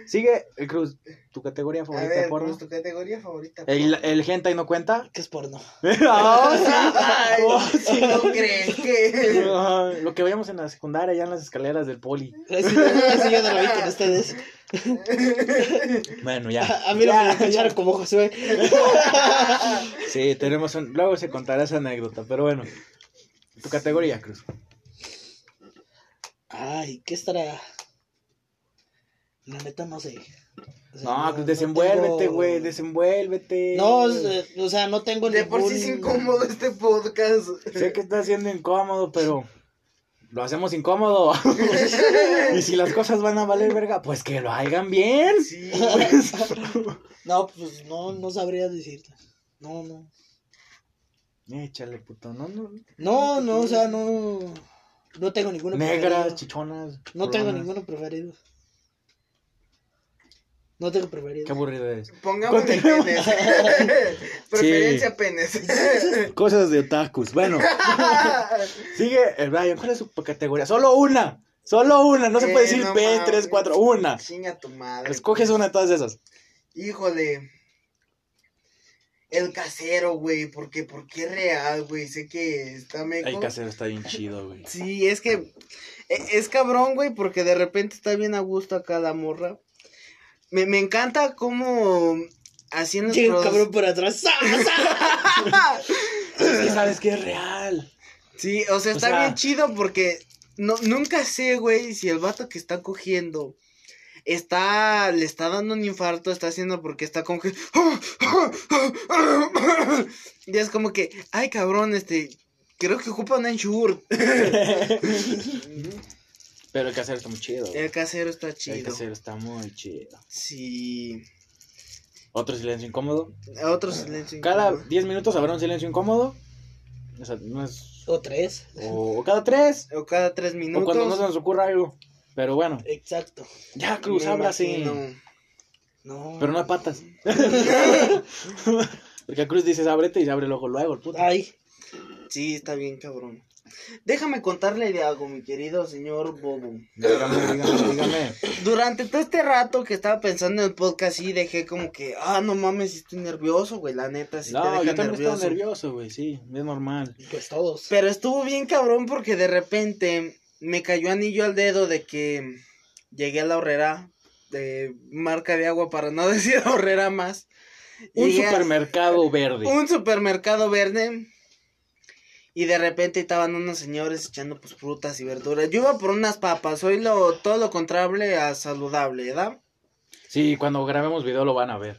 [SPEAKER 1] sigue, eh, Cruz, tu categoría
[SPEAKER 2] A
[SPEAKER 1] favorita de
[SPEAKER 2] ver,
[SPEAKER 1] porno.
[SPEAKER 2] Cruz, tu categoría favorita.
[SPEAKER 1] ¿El, el hentai no cuenta?
[SPEAKER 3] ¿Qué es porno?
[SPEAKER 1] ¡Ah, sí!
[SPEAKER 2] Ay,
[SPEAKER 1] Oh,
[SPEAKER 2] si no crees que.
[SPEAKER 1] Ajá, Lo que veíamos en la secundaria, allá en las escaleras del poli.
[SPEAKER 3] Eso eso yo no lo vi con ustedes.
[SPEAKER 1] Bueno, ya.
[SPEAKER 3] A, a mí no me lo cacharon como Josué.
[SPEAKER 1] Sí, tenemos un... Luego se contará esa anécdota, pero bueno. Tu categoría, Cruz.
[SPEAKER 3] Ay, ¿qué estará? La neta no sé. O sea,
[SPEAKER 1] No, Cruz,
[SPEAKER 3] tengo-
[SPEAKER 1] desenvuélvete, güey, desenvuélvete.
[SPEAKER 3] No, eh, o sea, no tengo
[SPEAKER 2] De por sí es
[SPEAKER 3] ningún-
[SPEAKER 2] incómodo este podcast.
[SPEAKER 1] Sé que está siendo incómodo, pero... Lo hacemos incómodo. y si las cosas van a valer verga, pues que lo hagan bien.
[SPEAKER 2] Sí.
[SPEAKER 3] No, pues no, no sabría decirte. No, no.
[SPEAKER 1] Échale, puto. No, no.
[SPEAKER 3] No, no, o sea, no. No tengo ninguno
[SPEAKER 1] Negras,
[SPEAKER 3] preferido.
[SPEAKER 1] chichonas.
[SPEAKER 3] No tengo
[SPEAKER 1] culonas.
[SPEAKER 3] ninguno preferido. No tengo
[SPEAKER 1] Qué
[SPEAKER 3] preferido.
[SPEAKER 1] aburrido es.
[SPEAKER 2] Pongamos el
[SPEAKER 1] Continuemos.
[SPEAKER 2] penes. Preferencia penes.
[SPEAKER 1] Cosas de otakus. Bueno. Sigue el Brian. ¿Cuál es su categoría? Solo una. Solo una. No se
[SPEAKER 2] Eh,
[SPEAKER 1] puede decir
[SPEAKER 2] no
[SPEAKER 1] B,
[SPEAKER 2] mames.
[SPEAKER 1] 3, 4. Una.
[SPEAKER 2] Chinga tu madre.
[SPEAKER 1] Escoges una de todas esas.
[SPEAKER 2] Híjole. El casero, güey. Porque, porque es real, güey. Sé que está meco.
[SPEAKER 1] El casero está bien chido, güey.
[SPEAKER 2] Sí, es que e- es cabrón, güey, porque de repente está bien a gusto acá la morra. Me, me encanta cómo así en los
[SPEAKER 3] Llega un
[SPEAKER 2] produ-
[SPEAKER 3] cabrón por atrás. ¡Ah, ¡zas, zas!
[SPEAKER 1] Es que sabes que es real.
[SPEAKER 2] Sí, o sea,
[SPEAKER 1] O
[SPEAKER 2] está
[SPEAKER 1] sea-
[SPEAKER 2] bien chido porque no, nunca sé, güey, si el vato que está cogiendo está le está dando un infarto, está haciendo porque está como que y es como que, ay, cabrón, este creo que ocupa un ensure.
[SPEAKER 1] Pero el casero está muy chido. güey.
[SPEAKER 2] El casero está
[SPEAKER 1] El
[SPEAKER 2] chido.
[SPEAKER 1] casero está muy chido.
[SPEAKER 2] Sí.
[SPEAKER 1] Otro silencio incómodo.
[SPEAKER 2] A otro silencio.
[SPEAKER 1] Cada
[SPEAKER 2] incómodo.
[SPEAKER 1] 10 minutos habrá un silencio incómodo. O sea, no es-
[SPEAKER 3] O tres.
[SPEAKER 1] O, o cada 3.
[SPEAKER 2] O cada tres
[SPEAKER 1] O
[SPEAKER 2] minutos.
[SPEAKER 1] cuando no se nos ocurra algo. Pero bueno.
[SPEAKER 3] Exacto.
[SPEAKER 1] Ya,
[SPEAKER 2] Me
[SPEAKER 1] Cruz, ábrase.
[SPEAKER 2] imagino.
[SPEAKER 3] No.
[SPEAKER 1] Pero no de patas. Porque a Cruz dices ábrete y se abre el ojo luego, el puto.
[SPEAKER 3] Ay,
[SPEAKER 2] Sí, está bien, cabrón. Déjame contarle de algo, mi querido señor Bobo.
[SPEAKER 1] Dígame, dígame, dígame.
[SPEAKER 2] Durante todo este rato que estaba pensando en el podcast, sí dejé como que, ah, no mames, sí estoy nervioso, güey, la neta, sí te
[SPEAKER 1] No,
[SPEAKER 2] deja
[SPEAKER 1] yo también
[SPEAKER 2] nervioso.
[SPEAKER 1] estaba nervioso, güey, sí, es normal.
[SPEAKER 3] pues todos.
[SPEAKER 2] Pero estuvo bien, cabrón, porque de repente me cayó anillo al dedo de que llegué a la horrera de marca de agua para no decir horrera más.
[SPEAKER 1] Un
[SPEAKER 2] Llegué a-
[SPEAKER 1] supermercado verde.
[SPEAKER 2] un supermercado verde. Y de repente estaban unos señores echando pues frutas y verduras. Yo iba por unas papas, soy lo, todo lo contrario a saludable, ¿verdad?
[SPEAKER 1] Sí, cuando grabemos video lo van a ver.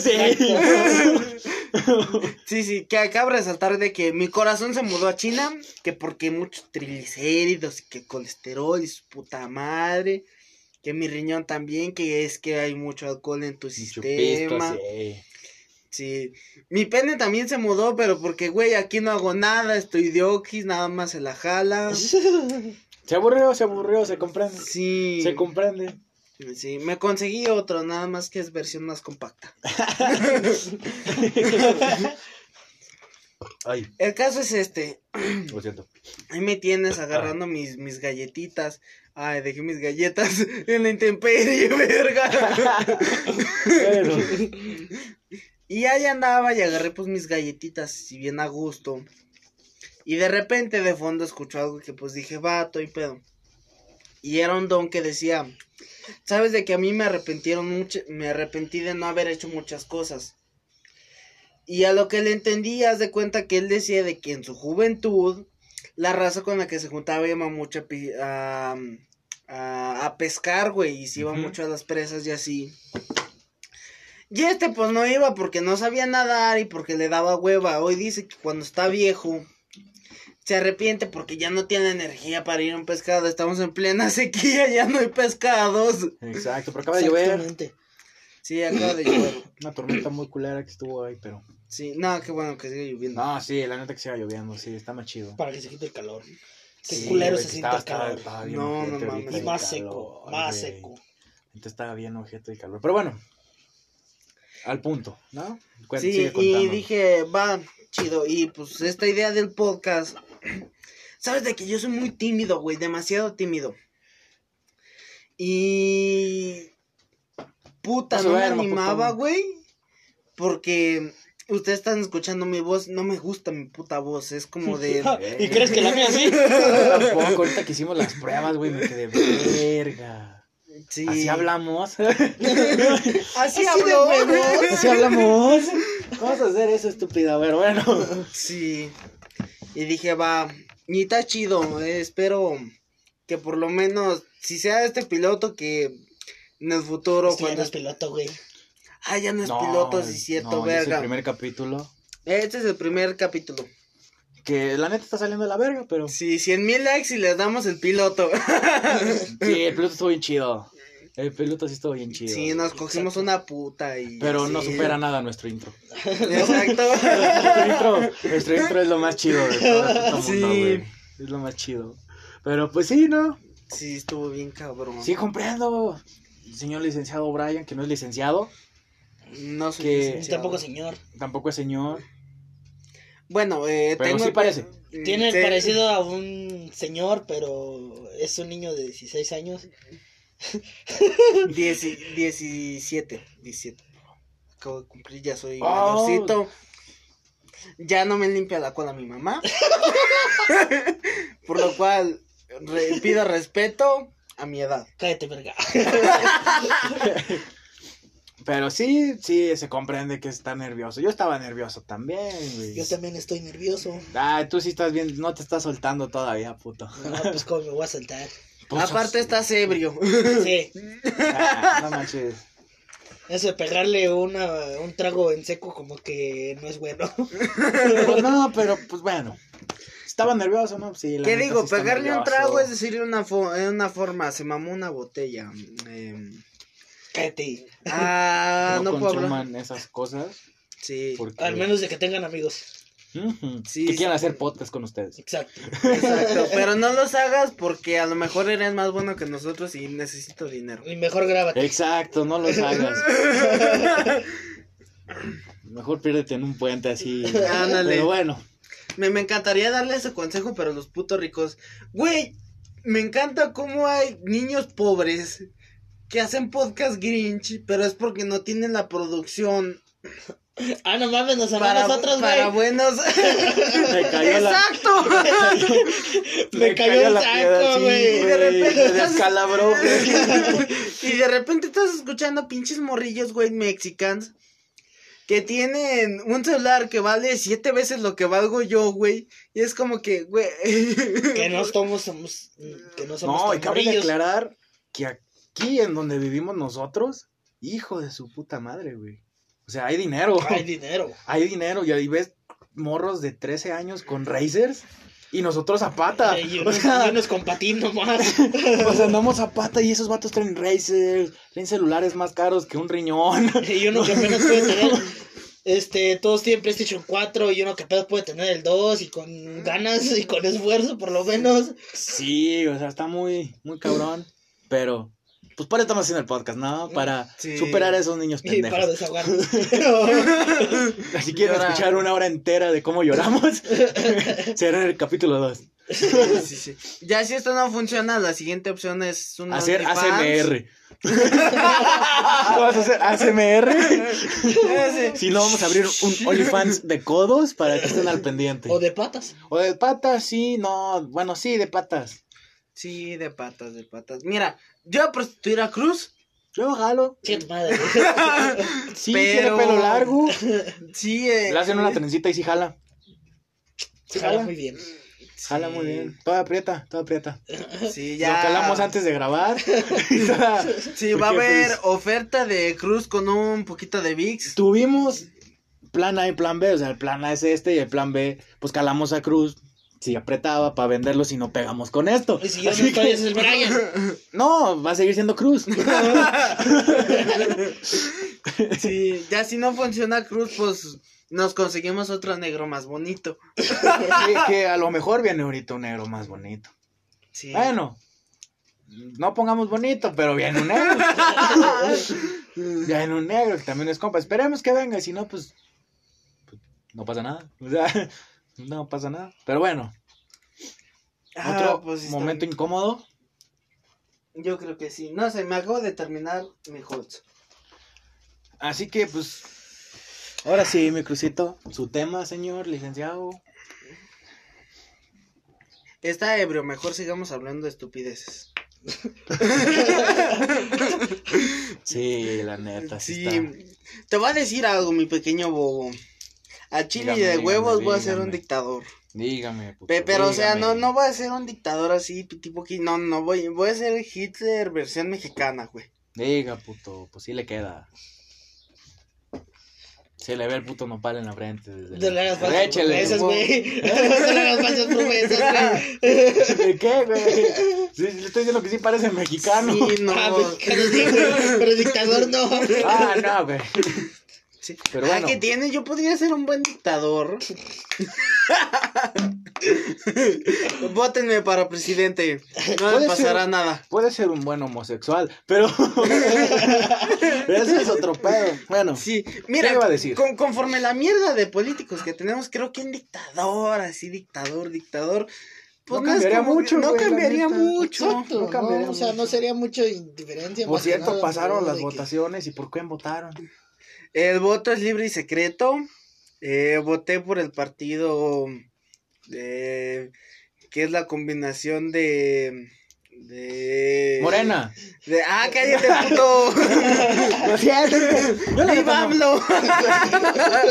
[SPEAKER 1] sí.
[SPEAKER 3] Exacto.
[SPEAKER 2] Sí, sí, que acaba de resaltar de que mi corazón se mudó a China, que porque muchos triglicéridos, que colesterol y su puta madre, que mi riñón también, que es que hay mucho alcohol en tu
[SPEAKER 1] Chupisto,
[SPEAKER 2] sistema.
[SPEAKER 1] sí.
[SPEAKER 2] Sí, mi pene también se mudó, pero porque, güey, aquí no hago nada, estoy de oquis, nada más se la jala.
[SPEAKER 1] Se aburrió, se aburrió, se comprende.
[SPEAKER 2] Sí,
[SPEAKER 1] Se comprende.
[SPEAKER 2] sí, me conseguí otro, nada más que es versión más compacta.
[SPEAKER 1] Ay,
[SPEAKER 2] El caso es este,
[SPEAKER 1] lo siento.
[SPEAKER 2] ahí me tienes agarrando mis, mis galletitas. Ay, dejé mis galletas en la intemperie, verga.
[SPEAKER 1] Pero,
[SPEAKER 2] Y ahí andaba y agarré pues mis galletitas, si bien a gusto. Y de repente de fondo escuchó algo que pues dije, vato y pedo. Y era un don que decía, sabes de que a mí me arrepentieron mucho, me arrepentí de no haber hecho muchas cosas. Y a lo que le entendí, haz de cuenta que él decía de que en su juventud, la raza con la que se juntaba iba mucho a, pi- a, a- a pescar, güey, y se iba
[SPEAKER 1] Ujú.
[SPEAKER 2] mucho a las presas y así. Y este pues no iba porque no sabía nadar y porque le daba hueva. Hoy dice que cuando está viejo se arrepiente porque ya no tiene energía para ir a un pescado. Estamos en plena sequía, ya no hay pescados.
[SPEAKER 1] Exacto, pero acaba de llover.
[SPEAKER 3] Exactamente.
[SPEAKER 2] Sí, acaba de llover.
[SPEAKER 1] Una tormenta muy culera que estuvo ahí, pero.
[SPEAKER 2] Sí, no, qué bueno que sigue lloviendo.
[SPEAKER 1] No, sí, la neta que siga lloviendo, sí, está más chido.
[SPEAKER 3] Para que se quite el calor. Qué
[SPEAKER 1] Sí,
[SPEAKER 3] culero
[SPEAKER 1] güey,
[SPEAKER 3] se
[SPEAKER 1] que
[SPEAKER 3] siente
[SPEAKER 1] estaba-
[SPEAKER 3] el
[SPEAKER 1] estaba- estaba
[SPEAKER 3] calor.
[SPEAKER 1] bien
[SPEAKER 2] No, no
[SPEAKER 1] ojete
[SPEAKER 2] mames.
[SPEAKER 1] ahorita
[SPEAKER 3] Y
[SPEAKER 1] el
[SPEAKER 3] más
[SPEAKER 1] calor,
[SPEAKER 3] seco, más
[SPEAKER 1] güey.
[SPEAKER 3] seco.
[SPEAKER 1] Entonces estaba bien objeto de calor. Pero bueno, al punto, ¿no? Cuen-
[SPEAKER 2] Sí,
[SPEAKER 1] sigue
[SPEAKER 2] y
[SPEAKER 1] contando.
[SPEAKER 2] dije, va, chido. Y pues esta idea del podcast. Sabes de que yo soy muy tímido, güey, demasiado tímido. Y. Puta,
[SPEAKER 1] No se
[SPEAKER 2] no me
[SPEAKER 1] duerma,
[SPEAKER 2] animaba,
[SPEAKER 1] puto.
[SPEAKER 2] güey. Porque ustedes están escuchando mi voz, no me gusta mi puta voz. Es como de.
[SPEAKER 3] ¿Y crees que la mía sí?
[SPEAKER 1] Tampoco, ahorita que hicimos las pruebas, güey, me quedé verga.
[SPEAKER 2] Sí.
[SPEAKER 1] Así hablamos.
[SPEAKER 2] Así,
[SPEAKER 3] Así
[SPEAKER 2] habló.
[SPEAKER 3] de huevón.
[SPEAKER 1] Así hablamos. Vamos a hacer eso, estúpida. Pero bueno.
[SPEAKER 2] Sí. Y dije, va, ni está chido. eh, espero que por lo menos, si sea este piloto que en el futuro,
[SPEAKER 3] Es que ya
[SPEAKER 2] cuando...
[SPEAKER 3] no es piloto, güey.
[SPEAKER 2] Ah, ya no es piloto, sí, cierto,
[SPEAKER 1] no, ya Es el
[SPEAKER 2] verga.
[SPEAKER 1] primer capítulo.
[SPEAKER 2] Este es el primer capítulo.
[SPEAKER 1] Que la neta está saliendo de la verga, pero. Sí,
[SPEAKER 2] Sí, 100 mil likes y les damos el piloto.
[SPEAKER 1] el piloto estuvo bien chido. El piloto sí estuvo bien chido.
[SPEAKER 2] Sí, nos cogimos una puta y...
[SPEAKER 1] Pero no
[SPEAKER 2] sí.
[SPEAKER 1] supera nada nuestro intro.
[SPEAKER 2] Exacto.
[SPEAKER 1] nuestro, intro nuestro intro es lo más chido de todo el puto
[SPEAKER 2] Sí.
[SPEAKER 1] mundo, güey. Es lo más chido. Pero pues sí, ¿no?
[SPEAKER 2] sí, estuvo bien cabrón.
[SPEAKER 1] Sí, comprendo. Señor licenciado Brian, que no es licenciado,
[SPEAKER 2] No sé.
[SPEAKER 1] que-
[SPEAKER 3] Ni Tampoco, señor.
[SPEAKER 1] tampoco es señor.
[SPEAKER 2] Bueno, eh,
[SPEAKER 1] Pero
[SPEAKER 2] tengo...
[SPEAKER 1] sí parece.
[SPEAKER 3] Tiene el
[SPEAKER 2] Sí.
[SPEAKER 3] parecido a un señor, pero es un niño de 16 años.
[SPEAKER 2] Dieci- 17, 17. Acabo de cumplir, ya soy
[SPEAKER 1] Oh.
[SPEAKER 2] mayorcito. Ya no me limpia la cola mi mamá. Por lo cual, re- pido respeto a mi edad.
[SPEAKER 3] Cállate, verga.
[SPEAKER 1] Pero sí, sí, se comprende que está nervioso. Yo estaba nervioso también, güey.
[SPEAKER 3] Yo también estoy nervioso.
[SPEAKER 1] Ah, tú sí estás bien, no te estás soltando todavía, puto.
[SPEAKER 3] No, pues cómo me voy a saltar.
[SPEAKER 1] Pues,
[SPEAKER 2] Aparte, estás ebrio.
[SPEAKER 3] Sí,
[SPEAKER 1] ah, no manches.
[SPEAKER 3] eso de pegarle una, un trago en seco como que no es bueno.
[SPEAKER 1] Pues no, pero pues bueno. Estaba nervioso, ¿no? Sí, la
[SPEAKER 2] ¿Qué
[SPEAKER 1] neta, sí
[SPEAKER 2] digo?
[SPEAKER 1] está
[SPEAKER 2] Pegarle un
[SPEAKER 1] nervioso.
[SPEAKER 2] trago es decirle una, fo- eh, una forma. Se mamó una botella. Em,
[SPEAKER 3] Cállate.
[SPEAKER 2] ah,
[SPEAKER 1] No,
[SPEAKER 2] no, puedo hablar.
[SPEAKER 1] consuman esas cosas.
[SPEAKER 2] Sí,
[SPEAKER 1] Porque...
[SPEAKER 3] Al menos de que tengan amigos.
[SPEAKER 1] Ujú,
[SPEAKER 2] Sí,
[SPEAKER 1] que
[SPEAKER 2] sí.
[SPEAKER 1] quieran hacer podcast con ustedes.
[SPEAKER 3] Exacto.
[SPEAKER 2] exacto. Pero no los hagas porque a lo mejor eres más bueno que nosotros y necesito dinero.
[SPEAKER 3] Y mejor grábate.
[SPEAKER 1] Exacto, no los hagas. Mejor piérdete en un puente así.
[SPEAKER 2] Ándale.
[SPEAKER 1] Pero bueno,
[SPEAKER 2] Me, me encantaría darle ese consejo, pero los putos ricos. Güey, me encanta cómo hay niños pobres que hacen podcast Grinch, pero es porque no tienen la producción
[SPEAKER 3] Ah, no mames, nos amamos
[SPEAKER 2] para,
[SPEAKER 3] nosotros,
[SPEAKER 2] para
[SPEAKER 3] güey.
[SPEAKER 2] buenos.
[SPEAKER 1] me cayó la,
[SPEAKER 2] ¡Exacto!
[SPEAKER 3] Me cayó el saco,
[SPEAKER 1] sí,
[SPEAKER 3] güey.
[SPEAKER 2] De repente
[SPEAKER 1] me descalabró. güey.
[SPEAKER 2] y de repente estás escuchando pinches morrillos, güey, mexicanos. Que tienen un celular que vale siete veces lo que valgo yo, güey. Y es como que, güey.
[SPEAKER 3] Que no somos, somos, que no somos
[SPEAKER 1] No, y
[SPEAKER 3] tan
[SPEAKER 1] cabe
[SPEAKER 3] morrillos.
[SPEAKER 1] aclarar que aquí en donde vivimos nosotros, hijo de su puta madre, güey. O sea, hay dinero.
[SPEAKER 3] Hay dinero.
[SPEAKER 1] Hay dinero y ahí ves morros de 13 años con Razers y nosotros a pata.
[SPEAKER 3] Eh, y
[SPEAKER 1] o,
[SPEAKER 3] unos, y
[SPEAKER 1] sea,
[SPEAKER 3] unos con patín nomás.
[SPEAKER 1] o sea, andamos a pata y esos vatos traen Razers, traen celulares más caros que un riñón.
[SPEAKER 3] y uno que apenas puede tener. Este, todos tienen PlayStation 4 y uno que apenas puede tener el 2 y con ganas y con esfuerzo por lo menos.
[SPEAKER 1] Sí, o sea, está muy, muy cabrón. Pero, pues para eso estamos haciendo el podcast, ¿no? Para
[SPEAKER 2] Sí.
[SPEAKER 1] superar a esos niños
[SPEAKER 3] Y
[SPEAKER 1] pendejos.
[SPEAKER 3] para desahogarnos.
[SPEAKER 1] Si quieren
[SPEAKER 2] Llorar.
[SPEAKER 1] escuchar una hora entera de cómo lloramos, será en el capítulo 2.
[SPEAKER 2] Sí, sí, sí. Ya si esto no funciona, la siguiente opción es un
[SPEAKER 1] Hacer
[SPEAKER 2] OnlyFans.
[SPEAKER 1] ACMR. Vamos a hacer ACMR.
[SPEAKER 2] Ese.
[SPEAKER 1] Si no, vamos a abrir un OnlyFans de codos para que estén al pendiente.
[SPEAKER 3] o de patas.
[SPEAKER 1] O de patas, sí, no. Bueno, sí, de patas.
[SPEAKER 2] Sí, de patas, de patas. Mira, yo a prostituir a Cruz.
[SPEAKER 1] Yo jalo.
[SPEAKER 3] Chet madre.
[SPEAKER 1] Sí,
[SPEAKER 2] Pero-
[SPEAKER 1] tiene pelo largo.
[SPEAKER 2] Sí, eh,
[SPEAKER 1] Le hacen una trencita y sí jala.
[SPEAKER 3] Jala muy bien.
[SPEAKER 1] Jala muy bien. Toda aprieta, toda aprieta.
[SPEAKER 2] Sí, ya.
[SPEAKER 1] Lo que hablamos antes de grabar. Y toda-
[SPEAKER 2] Sí, va a
[SPEAKER 1] porque,
[SPEAKER 2] haber
[SPEAKER 1] pues,
[SPEAKER 2] oferta de Cruz con un poquito de VIX.
[SPEAKER 1] Tuvimos plan A y plan B. O sea, el plan A es este y el plan B, pues calamos a Cruz. Si apretaba para venderlo, si no pegamos con esto.
[SPEAKER 3] Y si yo no
[SPEAKER 1] Así
[SPEAKER 3] estoy,
[SPEAKER 1] que-
[SPEAKER 3] ese es el Brian.
[SPEAKER 1] No, va a seguir siendo Cruz.
[SPEAKER 2] Sí, ya si no funciona Cruz, pues nos conseguimos otro negro más bonito.
[SPEAKER 1] que, que a lo mejor viene ahorita un negro más bonito.
[SPEAKER 2] Sí.
[SPEAKER 1] Bueno, no pongamos bonito, pero viene un negro. viene un negro que también es compa. Esperemos que venga, y si no, pues, pues, no pasa nada. O sea, no pasa nada. Pero bueno,
[SPEAKER 2] Ah,
[SPEAKER 1] otro
[SPEAKER 2] pues, está
[SPEAKER 1] momento
[SPEAKER 2] bien.
[SPEAKER 1] incómodo.
[SPEAKER 2] Yo creo que sí. No sé, me acabo de terminar mi hot.
[SPEAKER 1] Así que, pues, ahora sí, mi crucito, su tema, señor licenciado.
[SPEAKER 2] Está ebrio, mejor sigamos hablando de estupideces.
[SPEAKER 1] Sí, la neta, sí.
[SPEAKER 2] Sí. Te voy a decir algo, mi pequeño bobo. A Chile
[SPEAKER 1] Dígame,
[SPEAKER 2] de
[SPEAKER 1] dígame,
[SPEAKER 2] huevos voy a ser un
[SPEAKER 1] dígame.
[SPEAKER 2] dictador.
[SPEAKER 1] Dígame,
[SPEAKER 2] Pe- pero, o sea, no, no voy a ser un dictador así, tipo que no, no voy, voy a ser Hitler versión mexicana, güey.
[SPEAKER 1] Diga, puto, pues sí le queda. Se le ve el puto nopal en la frente. Desde
[SPEAKER 3] No le hagas
[SPEAKER 1] la...
[SPEAKER 3] falsas
[SPEAKER 1] Échele,
[SPEAKER 3] promesas,
[SPEAKER 1] güey.
[SPEAKER 3] güey. No le hagas falsas promesas, güey.
[SPEAKER 1] ¿De qué, güey? Sí, sí, le estoy diciendo que sí parece mexicano.
[SPEAKER 2] Sí, no.
[SPEAKER 3] Ah, mexicano sí, güey, pero dictador no.
[SPEAKER 1] Ah, no, güey.
[SPEAKER 2] Sí.
[SPEAKER 1] Pero
[SPEAKER 2] Ah,
[SPEAKER 1] bueno.
[SPEAKER 2] ¿qué tiene? Yo podría ser un buen dictador. Vótenme para presidente. No
[SPEAKER 1] Puede
[SPEAKER 2] les pasará
[SPEAKER 1] ser.
[SPEAKER 2] nada.
[SPEAKER 1] Puede ser un buen homosexual, pero. Ese es otro pedo. Bueno,
[SPEAKER 2] Sí, mira,
[SPEAKER 1] iba a decir?
[SPEAKER 2] con- conforme la mierda de políticos que tenemos, creo que un dictador, así dictador, dictador, pues
[SPEAKER 1] No
[SPEAKER 2] es
[SPEAKER 1] cambiaría
[SPEAKER 2] como que-
[SPEAKER 1] mucho,
[SPEAKER 2] no
[SPEAKER 1] güey, la
[SPEAKER 2] cambiaría
[SPEAKER 1] neta.
[SPEAKER 2] mucho.
[SPEAKER 3] Exacto,
[SPEAKER 1] no cambiaría
[SPEAKER 3] no, o sea,
[SPEAKER 1] mucho.
[SPEAKER 3] no sería mucha indiferencia.
[SPEAKER 1] por
[SPEAKER 3] más que
[SPEAKER 1] cierto,
[SPEAKER 3] nada,
[SPEAKER 1] pasaron
[SPEAKER 3] ¿no?
[SPEAKER 1] las
[SPEAKER 3] de que-
[SPEAKER 1] votaciones y por quién votaron.
[SPEAKER 2] El voto es libre y secreto. Eh, voté por el partido eh, que es la combinación de. de
[SPEAKER 1] Morena.
[SPEAKER 2] de- ah, cállate, puto.
[SPEAKER 1] Lo siento. Yo la
[SPEAKER 2] ¡Viva
[SPEAKER 1] neta no-
[SPEAKER 2] AMLO!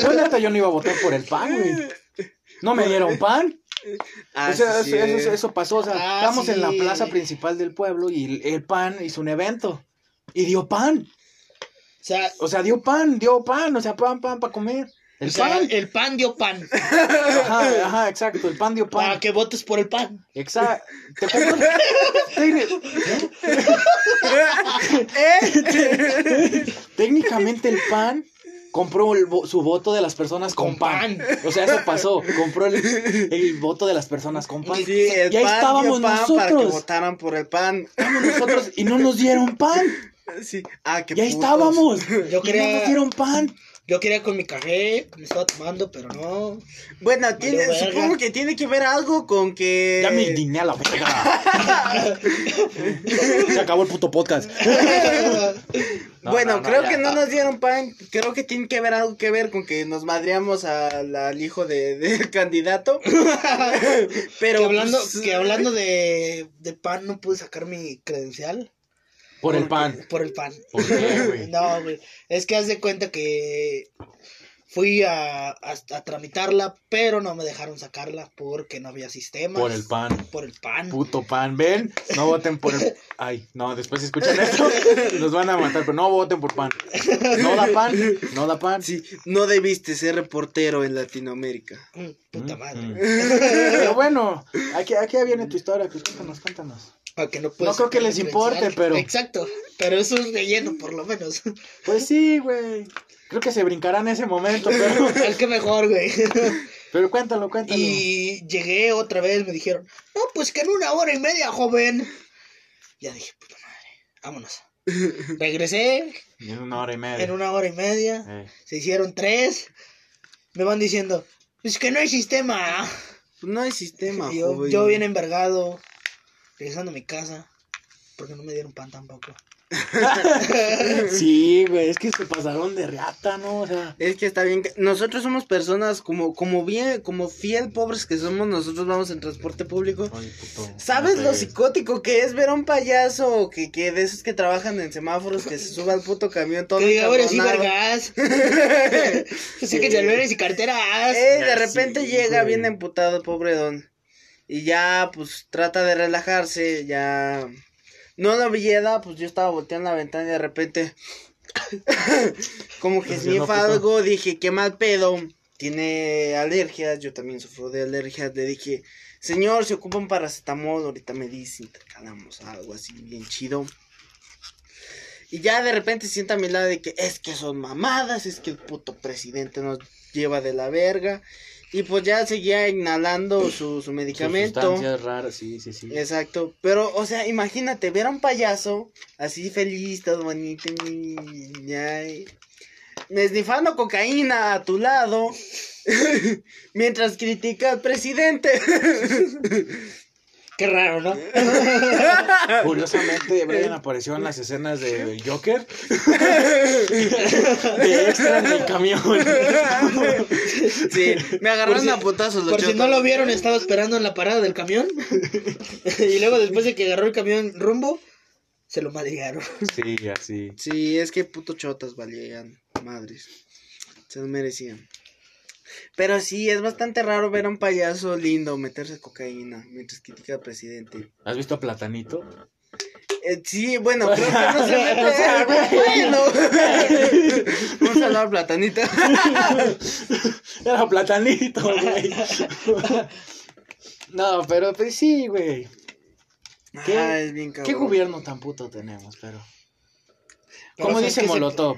[SPEAKER 1] yo la neta yo no iba a votar por el pan, güey. No me dieron pan.
[SPEAKER 2] Ah,
[SPEAKER 1] O sea,
[SPEAKER 2] sí,
[SPEAKER 1] eso, eso-
[SPEAKER 2] sí.
[SPEAKER 1] eso pasó. O sea,
[SPEAKER 3] Ah,
[SPEAKER 1] estábamos en la
[SPEAKER 3] sí.
[SPEAKER 1] plaza principal del pueblo y el, el PAN hizo un evento. Y dio pan.
[SPEAKER 3] O sea,
[SPEAKER 1] O sea, dio pan, dio pan. O sea, pan, pan para comer. El
[SPEAKER 3] o sea,
[SPEAKER 1] pan.
[SPEAKER 3] el pan dio pan.
[SPEAKER 1] Ajá, ajá, exacto. El pan dio pan.
[SPEAKER 3] Para que votes por el pan.
[SPEAKER 1] Exacto. Te compro- Técni-
[SPEAKER 2] ¿Eh?
[SPEAKER 1] Técnicamente el pan compró el vo- su voto de las personas con,
[SPEAKER 3] Con
[SPEAKER 1] pan.
[SPEAKER 3] pan.
[SPEAKER 1] O sea, eso pasó. Compró el, el voto de las personas con pan.
[SPEAKER 2] Sí, el
[SPEAKER 1] y ahí
[SPEAKER 2] pan dio
[SPEAKER 1] estábamos
[SPEAKER 2] pan para que
[SPEAKER 1] nosotros.
[SPEAKER 2] votaran por el pan.
[SPEAKER 1] Estábamos nosotros y no nos dieron pan.
[SPEAKER 2] Sí. Ah, qué
[SPEAKER 1] Y ahí
[SPEAKER 2] putos.
[SPEAKER 1] estábamos.
[SPEAKER 3] Yo
[SPEAKER 1] Y no
[SPEAKER 3] quería-
[SPEAKER 1] nos dieron pan.
[SPEAKER 3] Yo quería con mi café, que me estaba tomando, pero no.
[SPEAKER 2] Bueno, tiene,
[SPEAKER 3] verga.
[SPEAKER 2] supongo que tiene que ver algo con que.
[SPEAKER 1] Ya
[SPEAKER 3] Eh.
[SPEAKER 1] me indigné a la verga. Se acabó el puto podcast. No,
[SPEAKER 2] bueno,
[SPEAKER 1] no, no,
[SPEAKER 2] creo
[SPEAKER 1] ya
[SPEAKER 2] que no
[SPEAKER 1] está.
[SPEAKER 2] nos dieron pan. Creo que tiene que ver algo que ver con que nos madreamos al, al hijo de, del candidato. Pero
[SPEAKER 3] que hablando,
[SPEAKER 2] pues,
[SPEAKER 3] que hablando de, de pan, no pude sacar mi credencial
[SPEAKER 1] Por el pan.
[SPEAKER 3] por el pan.
[SPEAKER 1] ¿Por qué, güey?
[SPEAKER 3] No, güey. Es que haz de cuenta que fui a, a, a tramitarla, pero no me dejaron sacarla porque no había sistemas.
[SPEAKER 1] Por el pan.
[SPEAKER 3] Por el pan.
[SPEAKER 1] Puto pan, ven, no voten por el... Ay, no, después si escuchan esto, nos van a matar, pero no voten por pan. No da pan, no da pan.
[SPEAKER 2] sí, no debiste ser reportero en Latinoamérica.
[SPEAKER 3] Mm, Puta madre.
[SPEAKER 1] Mm. Pero bueno, aquí, aquí viene tu historia, pues cuéntanos, cuéntanos.
[SPEAKER 3] Aunque no puedes
[SPEAKER 1] No creo que
[SPEAKER 3] sacar
[SPEAKER 1] les
[SPEAKER 3] la
[SPEAKER 1] importe,
[SPEAKER 3] credencial.
[SPEAKER 1] pero-
[SPEAKER 3] Exacto. Pero eso es relleno, por lo menos.
[SPEAKER 1] Pues sí, güey. Creo que se brincarán ese momento, pero,
[SPEAKER 3] Al que mejor, güey.
[SPEAKER 1] pero cuéntalo, cuéntalo.
[SPEAKER 3] Y llegué otra vez, me dijeron, no, pues que en una hora y media, joven. Ya dije, puta madre, vámonos. Regresé
[SPEAKER 1] Y En una hora y media.
[SPEAKER 3] en una hora y media,
[SPEAKER 1] Eh.
[SPEAKER 3] se hicieron tres. Me van diciendo, es que no hay sistema.
[SPEAKER 2] No hay sistema,
[SPEAKER 3] Y yo,
[SPEAKER 2] joven.
[SPEAKER 3] yo bien envergado, regresando a mi casa, porque no me dieron pan tampoco.
[SPEAKER 1] Sí, güey, es que se pasaron de reata, ¿no? O sea,
[SPEAKER 2] Es que está bien. que- Nosotros somos personas como, como bien, como fiel pobres que somos, nosotros vamos en transporte público.
[SPEAKER 1] ay, puto,
[SPEAKER 2] ¿Sabes
[SPEAKER 1] no
[SPEAKER 2] lo
[SPEAKER 1] pegues.
[SPEAKER 2] psicótico que es ver a un payaso que, que de esos que trabajan en semáforos que se sube al puto camión todo
[SPEAKER 3] Que diga, ahora sí,
[SPEAKER 2] encabronado"?
[SPEAKER 3] vergas. que saquen celulares y carteras.
[SPEAKER 2] Eh, de
[SPEAKER 1] Ya,
[SPEAKER 2] repente
[SPEAKER 1] sí,
[SPEAKER 2] llega
[SPEAKER 1] güey.
[SPEAKER 2] bien emputado, pobre don. Y ya, pues, trata de relajarse, ya... No la billeda, pues yo estaba volteando la ventana y de repente... como que
[SPEAKER 1] Pues, yo no,
[SPEAKER 2] snifa
[SPEAKER 1] puto.
[SPEAKER 2] algo, dije, qué mal pedo. Tiene alergias, yo también sufro de alergias. Le dije, señor, se ocupa un paracetamol, ahorita me dice, intercalamos algo así bien chido. Y ya de repente se sienta a mi lado de que es que son mamadas, es que el puto presidente nos lleva de la verga. Y pues ya seguía inhalando su, su medicamento.
[SPEAKER 1] Sustancias raras, sí, sí, sí.
[SPEAKER 2] Exacto, pero, o sea, imagínate ver a un payaso así feliz, todo bonito, y- ay, esnifando cocaína a tu lado, mientras critica al presidente.
[SPEAKER 3] Qué raro, ¿no?
[SPEAKER 2] Eh,
[SPEAKER 1] Ah, Curiosamente, Brian apareció en las escenas de Joker. De extra en el camión.
[SPEAKER 2] sí, me agarraron
[SPEAKER 3] Por si-
[SPEAKER 2] a putazos los
[SPEAKER 3] Por si
[SPEAKER 2] chotos.
[SPEAKER 3] no lo vieron, estaba esperando en la parada del camión. y luego después de que agarró el camión rumbo, se lo madrigaron.
[SPEAKER 1] Sí, así.
[SPEAKER 2] Sí, es que puto chotas valían, madres. Se lo merecían. Pero sí, es bastante raro ver a un payaso lindo meterse cocaína mientras critica al presidente.
[SPEAKER 1] ¿Has visto a Platanito?
[SPEAKER 2] Eh, sí, bueno, creo que no se mete.
[SPEAKER 1] Ah,
[SPEAKER 2] bueno. Un saludo a Platanito.
[SPEAKER 1] Era Platanito, güey. No, pero pues sí, güey. ¿Qué?
[SPEAKER 2] Ah, es bien cabrón.
[SPEAKER 1] ¿Qué gobierno tan puto tenemos, pero?
[SPEAKER 3] Pero
[SPEAKER 1] ¿Cómo
[SPEAKER 3] ¿sabes
[SPEAKER 1] dice
[SPEAKER 3] qué se-
[SPEAKER 1] Molotov?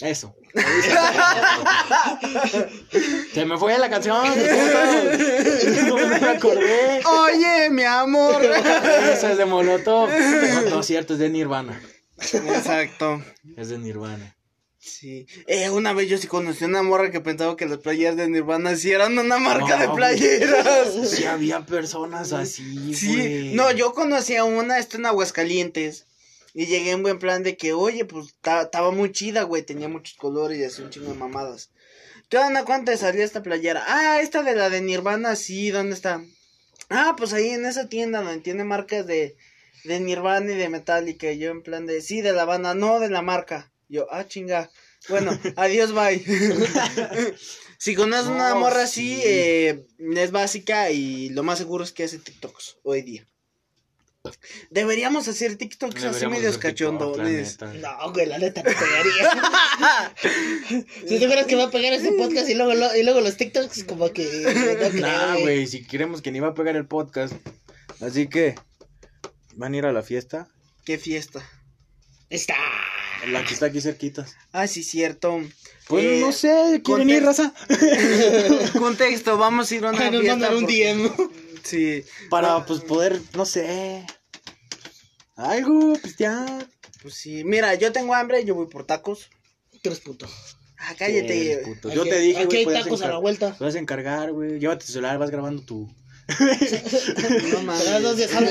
[SPEAKER 1] Eso. Se me fue la canción. puto. No me acordé.
[SPEAKER 2] Oye, mi amor.
[SPEAKER 1] Esa es de Molotov. No, no, cierto, es de Nirvana.
[SPEAKER 2] Exacto.
[SPEAKER 1] Es de Nirvana.
[SPEAKER 2] Sí. Eh, una vez yo sí conocí una morra que pensaba que las playeras de Nirvana sí eran una marca
[SPEAKER 1] No,
[SPEAKER 2] de
[SPEAKER 1] güey.
[SPEAKER 2] playeras.
[SPEAKER 1] Sí, había personas así.
[SPEAKER 2] Sí.
[SPEAKER 1] güey.
[SPEAKER 2] No, yo conocí a una, está en Aguascalientes. Y llegué en buen plan de que, oye, pues ta- estaba muy chida, güey. Tenía muchos colores y hacía un chingo de mamadas. ¿Tú, Ana, cuánto te salía esta playera? Ah, esta de la de Nirvana, sí, ¿dónde está? Ah, pues ahí en esa tienda donde tiene marcas de, de Nirvana y de Metallica. Y yo en plan de, sí, de la banda, no de la marca. Yo, ah, chinga. Bueno, adiós, bye. si conoces una
[SPEAKER 1] No, pues
[SPEAKER 2] morra
[SPEAKER 1] sí.
[SPEAKER 2] así, eh, es básica y lo más seguro es que hace TikToks hoy día. Deberíamos hacer TikToks así
[SPEAKER 1] Deberíamos
[SPEAKER 2] medios
[SPEAKER 1] hacer TikTok,
[SPEAKER 2] cachondones.
[SPEAKER 1] la neta.
[SPEAKER 3] No, güey, la neta no pegaría. si tú crees que va a pegar ese podcast y luego, lo- y luego los TikToks, como que. No, creo,
[SPEAKER 1] Nah, güey, si queremos que ni va a pegar el podcast. Así que, ¿van a ir a la fiesta?
[SPEAKER 2] Qué fiesta.
[SPEAKER 3] Está.
[SPEAKER 1] La que está aquí cerquita.
[SPEAKER 2] Ah, sí, cierto.
[SPEAKER 1] Pues
[SPEAKER 2] Eh,
[SPEAKER 1] no sé, ¿quieren ir, raza?
[SPEAKER 2] Contexto, vamos a ir a una
[SPEAKER 3] Ay, nos
[SPEAKER 2] fiesta
[SPEAKER 3] mandan un
[SPEAKER 2] porque-
[SPEAKER 3] DM.
[SPEAKER 2] Sí,
[SPEAKER 1] Para, pues, poder, no sé. Algo, pues ya.
[SPEAKER 2] pues sí. Mira, yo tengo hambre, yo voy por tacos.
[SPEAKER 3] Tres putos.
[SPEAKER 2] Ah, cállate.
[SPEAKER 1] Sí, eres puto. Pues Yo
[SPEAKER 3] Aquí-
[SPEAKER 1] te dije,
[SPEAKER 3] Aquí
[SPEAKER 1] güey,
[SPEAKER 3] hay
[SPEAKER 1] puedes
[SPEAKER 3] tacos a
[SPEAKER 1] encar-
[SPEAKER 3] la vuelta.
[SPEAKER 1] puedes encargar, güey. Llévate tu celular, vas grabando tú.
[SPEAKER 2] No
[SPEAKER 3] Te das dos
[SPEAKER 2] mames.
[SPEAKER 3] de sal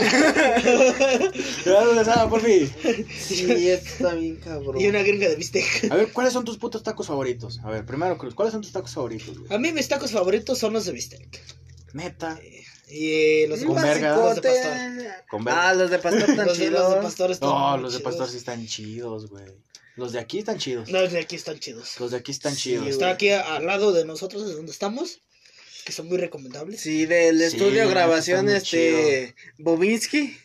[SPEAKER 1] por fin.
[SPEAKER 2] Sí, esto está bien cabrón.
[SPEAKER 3] y una gringa de bistec.
[SPEAKER 1] A ver, ¿cuáles son tus putos tacos favoritos? A ver, primero, Cruz, ¿cuáles son tus tacos favoritos, güey?
[SPEAKER 3] A mí mis tacos favoritos son los de bistec.
[SPEAKER 1] Neta.
[SPEAKER 3] Eh, Y los de
[SPEAKER 1] Con
[SPEAKER 3] pastor,
[SPEAKER 1] verga.
[SPEAKER 3] los de pastor.
[SPEAKER 1] Con verga.
[SPEAKER 2] Ah, los de pastor tan
[SPEAKER 3] Los de, los de
[SPEAKER 2] chidos.
[SPEAKER 3] pastor están
[SPEAKER 1] No,
[SPEAKER 3] muy
[SPEAKER 1] los de
[SPEAKER 3] chidos.
[SPEAKER 1] pastor sí están chidos, güey. Los de aquí están chidos.
[SPEAKER 3] No, los de aquí están chidos.
[SPEAKER 1] Los de aquí están
[SPEAKER 2] Sí,
[SPEAKER 1] chidos.
[SPEAKER 2] güey.
[SPEAKER 3] Está aquí al lado de nosotros, de donde estamos, que son muy recomendables.
[SPEAKER 2] Sí, del
[SPEAKER 1] Sí,
[SPEAKER 2] estudio
[SPEAKER 1] está
[SPEAKER 2] grabación,
[SPEAKER 1] muy
[SPEAKER 2] este. Bobinsky.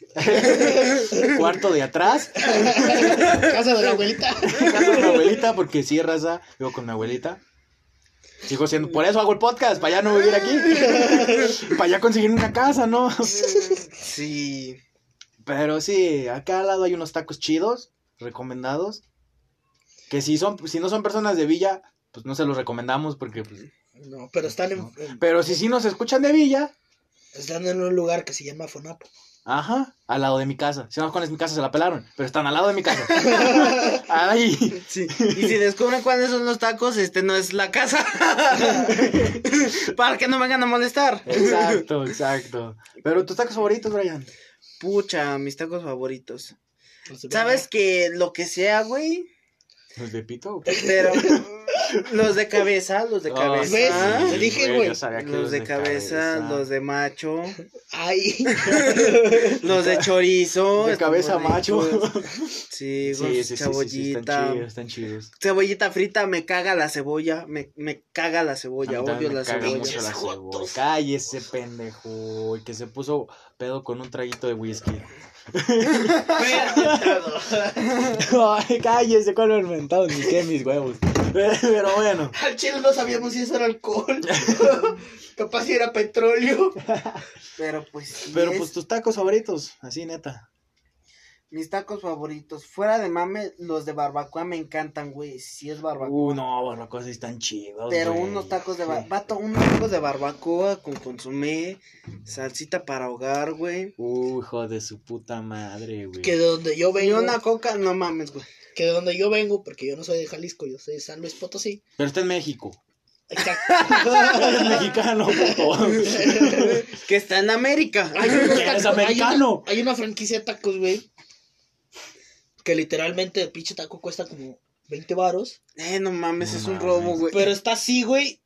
[SPEAKER 1] Cuarto de atrás.
[SPEAKER 3] Casa de la abuelita.
[SPEAKER 1] Casa de mi abuelita, porque sí, raza, vivo con mi abuelita. Sigo siendo, por eso hago el podcast, para ya no vivir aquí. Para ya conseguir una casa, ¿no?
[SPEAKER 2] Sí.
[SPEAKER 1] Pero sí, acá al lado hay unos tacos chidos, recomendados. Que si son, si no son personas de Villa, pues no se los recomendamos porque pues,
[SPEAKER 3] No, pero están en, en-
[SPEAKER 1] Pero si sí nos escuchan de Villa,
[SPEAKER 3] están en un lugar que se llama Fonapo.
[SPEAKER 1] ajá, al lado de mi casa. Si no cuál es mi casa, se la pelaron, pero están al lado de mi casa. Ahí.
[SPEAKER 2] Sí, y si descubren cuáles son los tacos, este no es la casa. Para que no vengan a molestar.
[SPEAKER 1] Exacto, exacto. Pero tus tacos favoritos, Brian.
[SPEAKER 2] Pucha, mis tacos favoritos.
[SPEAKER 3] Los de-
[SPEAKER 2] ¿Sabes que lo que sea, güey?
[SPEAKER 1] ¿Los de pito?
[SPEAKER 2] Pero Los de cabeza, los de
[SPEAKER 4] Oh,
[SPEAKER 2] cabeza.
[SPEAKER 3] ¿Ves?
[SPEAKER 4] sí,
[SPEAKER 3] Te dije, güey.
[SPEAKER 4] yo sabía que
[SPEAKER 2] Los de cabeza, los de macho,
[SPEAKER 3] Ay,
[SPEAKER 2] los de chorizo.
[SPEAKER 4] De
[SPEAKER 2] están
[SPEAKER 4] cabeza
[SPEAKER 2] bonitos.
[SPEAKER 4] macho.
[SPEAKER 2] Sí,
[SPEAKER 4] Sí,
[SPEAKER 2] con
[SPEAKER 4] sí,
[SPEAKER 2] su
[SPEAKER 4] sí, sí, sí,
[SPEAKER 2] cebollita.
[SPEAKER 4] están chidos, están chidos.
[SPEAKER 2] Cebollita frita, me caga la cebolla, me, me caga la cebolla,
[SPEAKER 4] A mí
[SPEAKER 2] Pues
[SPEAKER 4] también
[SPEAKER 2] odio la
[SPEAKER 4] me caga
[SPEAKER 2] cebolla.
[SPEAKER 4] mucho la
[SPEAKER 3] Pinches
[SPEAKER 4] cebolla.
[SPEAKER 3] jotos.
[SPEAKER 1] Cállese, pendejo. El que se puso pedo con un traguito de whisky.
[SPEAKER 3] perro.
[SPEAKER 1] Ay, cállese, cuál inventado ni qué mis huevos. Pero bueno.
[SPEAKER 3] Al chile no sabíamos si eso era alcohol. Capaz si era petróleo.
[SPEAKER 2] Pero pues, sí
[SPEAKER 1] Pero
[SPEAKER 2] es-
[SPEAKER 1] pues tus tacos favoritos, así neta.
[SPEAKER 2] mis tacos favoritos, fuera de mame, los de barbacoa me encantan, güey. Si es barbacoa.
[SPEAKER 1] Uh, no, barbacoas sí están chidos.
[SPEAKER 2] Pero
[SPEAKER 1] güey.
[SPEAKER 2] unos tacos de
[SPEAKER 1] Sí.
[SPEAKER 2] barbacoa, vato, unos tacos de barbacoa con consomé, salsita para ahogar, güey.
[SPEAKER 1] Uh, hijo de su puta madre, güey.
[SPEAKER 3] Que de donde yo
[SPEAKER 2] Y
[SPEAKER 3] vengo,
[SPEAKER 2] una coca, no mames, güey.
[SPEAKER 3] que de donde yo vengo, porque yo no soy de Jalisco, yo soy de San Luis Potosí.
[SPEAKER 1] Pero está en México.
[SPEAKER 3] Exacto.
[SPEAKER 1] Es mexicano, puto.
[SPEAKER 2] Que está en América.
[SPEAKER 3] Hay unos
[SPEAKER 1] Que eres
[SPEAKER 3] tacos- hay
[SPEAKER 1] americano.
[SPEAKER 3] una- Hay una franquicia de tacos, güey. Que literalmente el pinche taco cuesta como 20 varos.
[SPEAKER 2] Eh, no mames,
[SPEAKER 1] No
[SPEAKER 2] es un
[SPEAKER 1] mames.
[SPEAKER 2] robo, güey.
[SPEAKER 3] Pero está así, güey.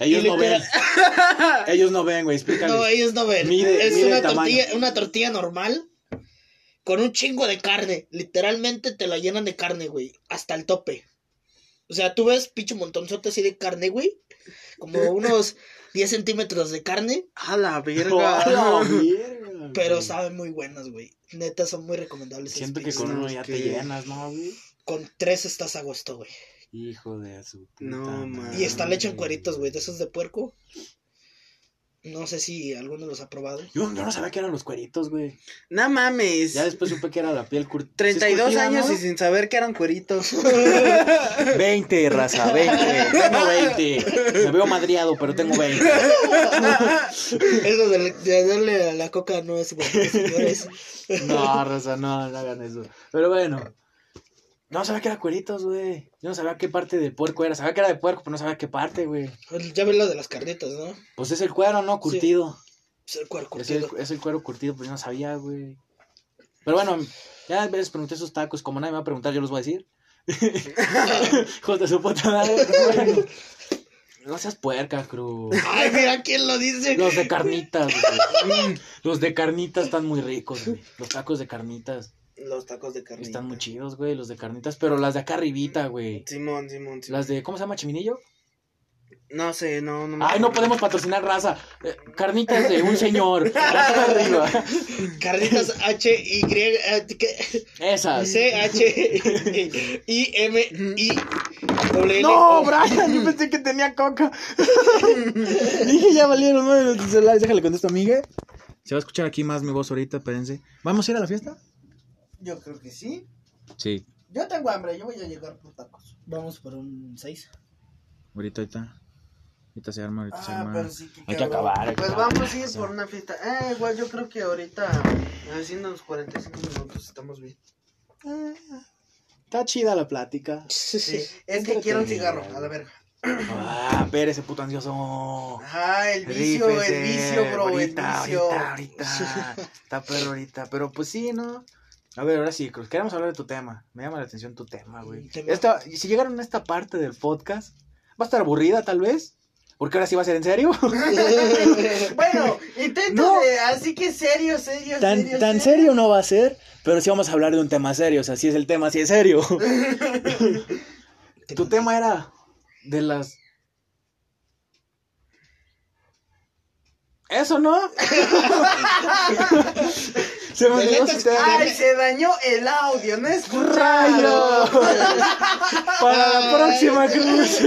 [SPEAKER 1] Ellos
[SPEAKER 3] Y
[SPEAKER 1] no ven.
[SPEAKER 3] literal-
[SPEAKER 1] Ellos no ven, güey. Explícales.
[SPEAKER 3] No, ellos no ven.
[SPEAKER 1] Mide-
[SPEAKER 3] es
[SPEAKER 1] mide
[SPEAKER 3] una
[SPEAKER 1] el tamaño.
[SPEAKER 3] tortilla, una tortilla normal con un chingo de carne. Literalmente te la llenan de carne, güey. Hasta el tope. O sea, tú ves pinche montonzote así de carne, güey. Como unos 10 centímetros de carne.
[SPEAKER 2] A la
[SPEAKER 1] Oh,
[SPEAKER 2] verga.
[SPEAKER 1] la mierda,
[SPEAKER 3] Pero
[SPEAKER 1] güey.
[SPEAKER 3] saben muy buenas, güey. Neta, son muy recomendables.
[SPEAKER 1] Siento que
[SPEAKER 3] esas
[SPEAKER 1] con
[SPEAKER 3] pinches-
[SPEAKER 1] uno ya te
[SPEAKER 2] que-
[SPEAKER 1] llenas, ¿no, güey?
[SPEAKER 3] con tres estás a gusto, güey.
[SPEAKER 1] Hijo de su puta.
[SPEAKER 2] No, mames.
[SPEAKER 3] Y está leche en
[SPEAKER 1] madre.
[SPEAKER 3] cueritos, güey. De esos de puerco. No sé si alguno los ha probado.
[SPEAKER 1] Yo, yo no sabía que eran los cueritos, güey.
[SPEAKER 2] No mames.
[SPEAKER 1] Ya después supe que era la piel curtida.
[SPEAKER 2] 32 años y sin saber que eran cueritos.
[SPEAKER 1] 20, raza, 20. Tengo 20. Me veo madriado, pero tengo 20.
[SPEAKER 3] Eso de, de darle a la coca no es bueno, señores.
[SPEAKER 1] No, raza, no, no hagan eso. Pero bueno. No sabía que era cueritos, güey. Yo no sabía qué parte del puerco era. Sabía que era de puerco, pero no sabía qué parte, güey.
[SPEAKER 3] Pues, Ya ves lo de las carnitas, ¿no?
[SPEAKER 1] Pues es el cuero, ¿no? Curtido.
[SPEAKER 3] Es el cuero
[SPEAKER 1] Es, el,
[SPEAKER 3] curtido.
[SPEAKER 1] es el cuero curtido, pues yo no sabía, güey. Pero bueno, ya les pregunté sus tacos. Como nadie me va a preguntar, yo los voy a decir. Hijos de su puta madre. pero bueno. No seas puerca, Cruz.
[SPEAKER 3] Ay, mira quién lo dice.
[SPEAKER 1] Los de carnitas, güey. Los de carnitas están muy ricos, güey. Los tacos de carnitas
[SPEAKER 2] Los tacos de carne.
[SPEAKER 1] están muy chidos, güey. Los de carnitas, pero las de acá arribita, güey.
[SPEAKER 2] Simón, Simón, Simón.
[SPEAKER 1] Las de, ¿cómo se llama? ¿Chiminillo?
[SPEAKER 2] No sé, no, no me
[SPEAKER 1] Ay, no
[SPEAKER 2] acuerdo.
[SPEAKER 1] podemos patrocinar raza. Eh, carnitas de un señor. Acá arriba.
[SPEAKER 3] Carnitas H Y eh, C
[SPEAKER 1] Esas.
[SPEAKER 3] H I M I W
[SPEAKER 1] No, Brian, yo pensé que tenía coca. Dije, ya valieron nueve de los celulares. Déjale contesto, amiga. Se va a escuchar aquí más mi voz ahorita, espérense. ¿Vamos a ir a la fiesta?
[SPEAKER 2] Yo creo que sí.
[SPEAKER 1] Sí,
[SPEAKER 2] Yo tengo hambre, yo voy a llegar por tacos.
[SPEAKER 3] Vamos por un 6.
[SPEAKER 1] ahorita, ahorita. Ahorita se arma, ahorita
[SPEAKER 2] Ah, pero sí que
[SPEAKER 1] Hay que
[SPEAKER 2] cabrón.
[SPEAKER 1] acabar, hay que
[SPEAKER 2] Pues
[SPEAKER 1] acabar.
[SPEAKER 2] vamos a ir por una fiesta. Eh, igual yo creo que ahorita, haciendo los 45 minutos, estamos bien.
[SPEAKER 1] Está chida la plática.
[SPEAKER 2] Sí. Es que quiero un cigarro, a la verga.
[SPEAKER 1] Ah, Pérez, ese puto ansioso.
[SPEAKER 2] Ajá, Ah, el vicio, el
[SPEAKER 1] Rífese,
[SPEAKER 2] vicio, bro,
[SPEAKER 1] eh, ahorita,
[SPEAKER 2] el vicio.
[SPEAKER 1] Ahorita, ahorita. Está perro ahorita. Pero pues sí, ¿no? A ver, ahora sí, Cruz, queremos hablar de tu tema. Me llama la atención tu tema, güey.
[SPEAKER 3] Mm, tema.
[SPEAKER 1] Esta- si llegaron a esta parte del podcast, va a estar aburrida tal vez. Porque ahora sí va a ser en serio.
[SPEAKER 2] Bueno, intento
[SPEAKER 1] No.
[SPEAKER 2] de- así que serio, serio, serio.
[SPEAKER 1] no va a ser, pero sí vamos a hablar de un tema serio. O sea, si es el tema, si es serio. tu tema era de las... Eso, ¿no? Se me
[SPEAKER 3] De
[SPEAKER 1] olvidó su
[SPEAKER 3] letras
[SPEAKER 1] tema.
[SPEAKER 2] Ay, se dañó el audio, no es
[SPEAKER 1] ¡Rayo! Para la próxima cruz.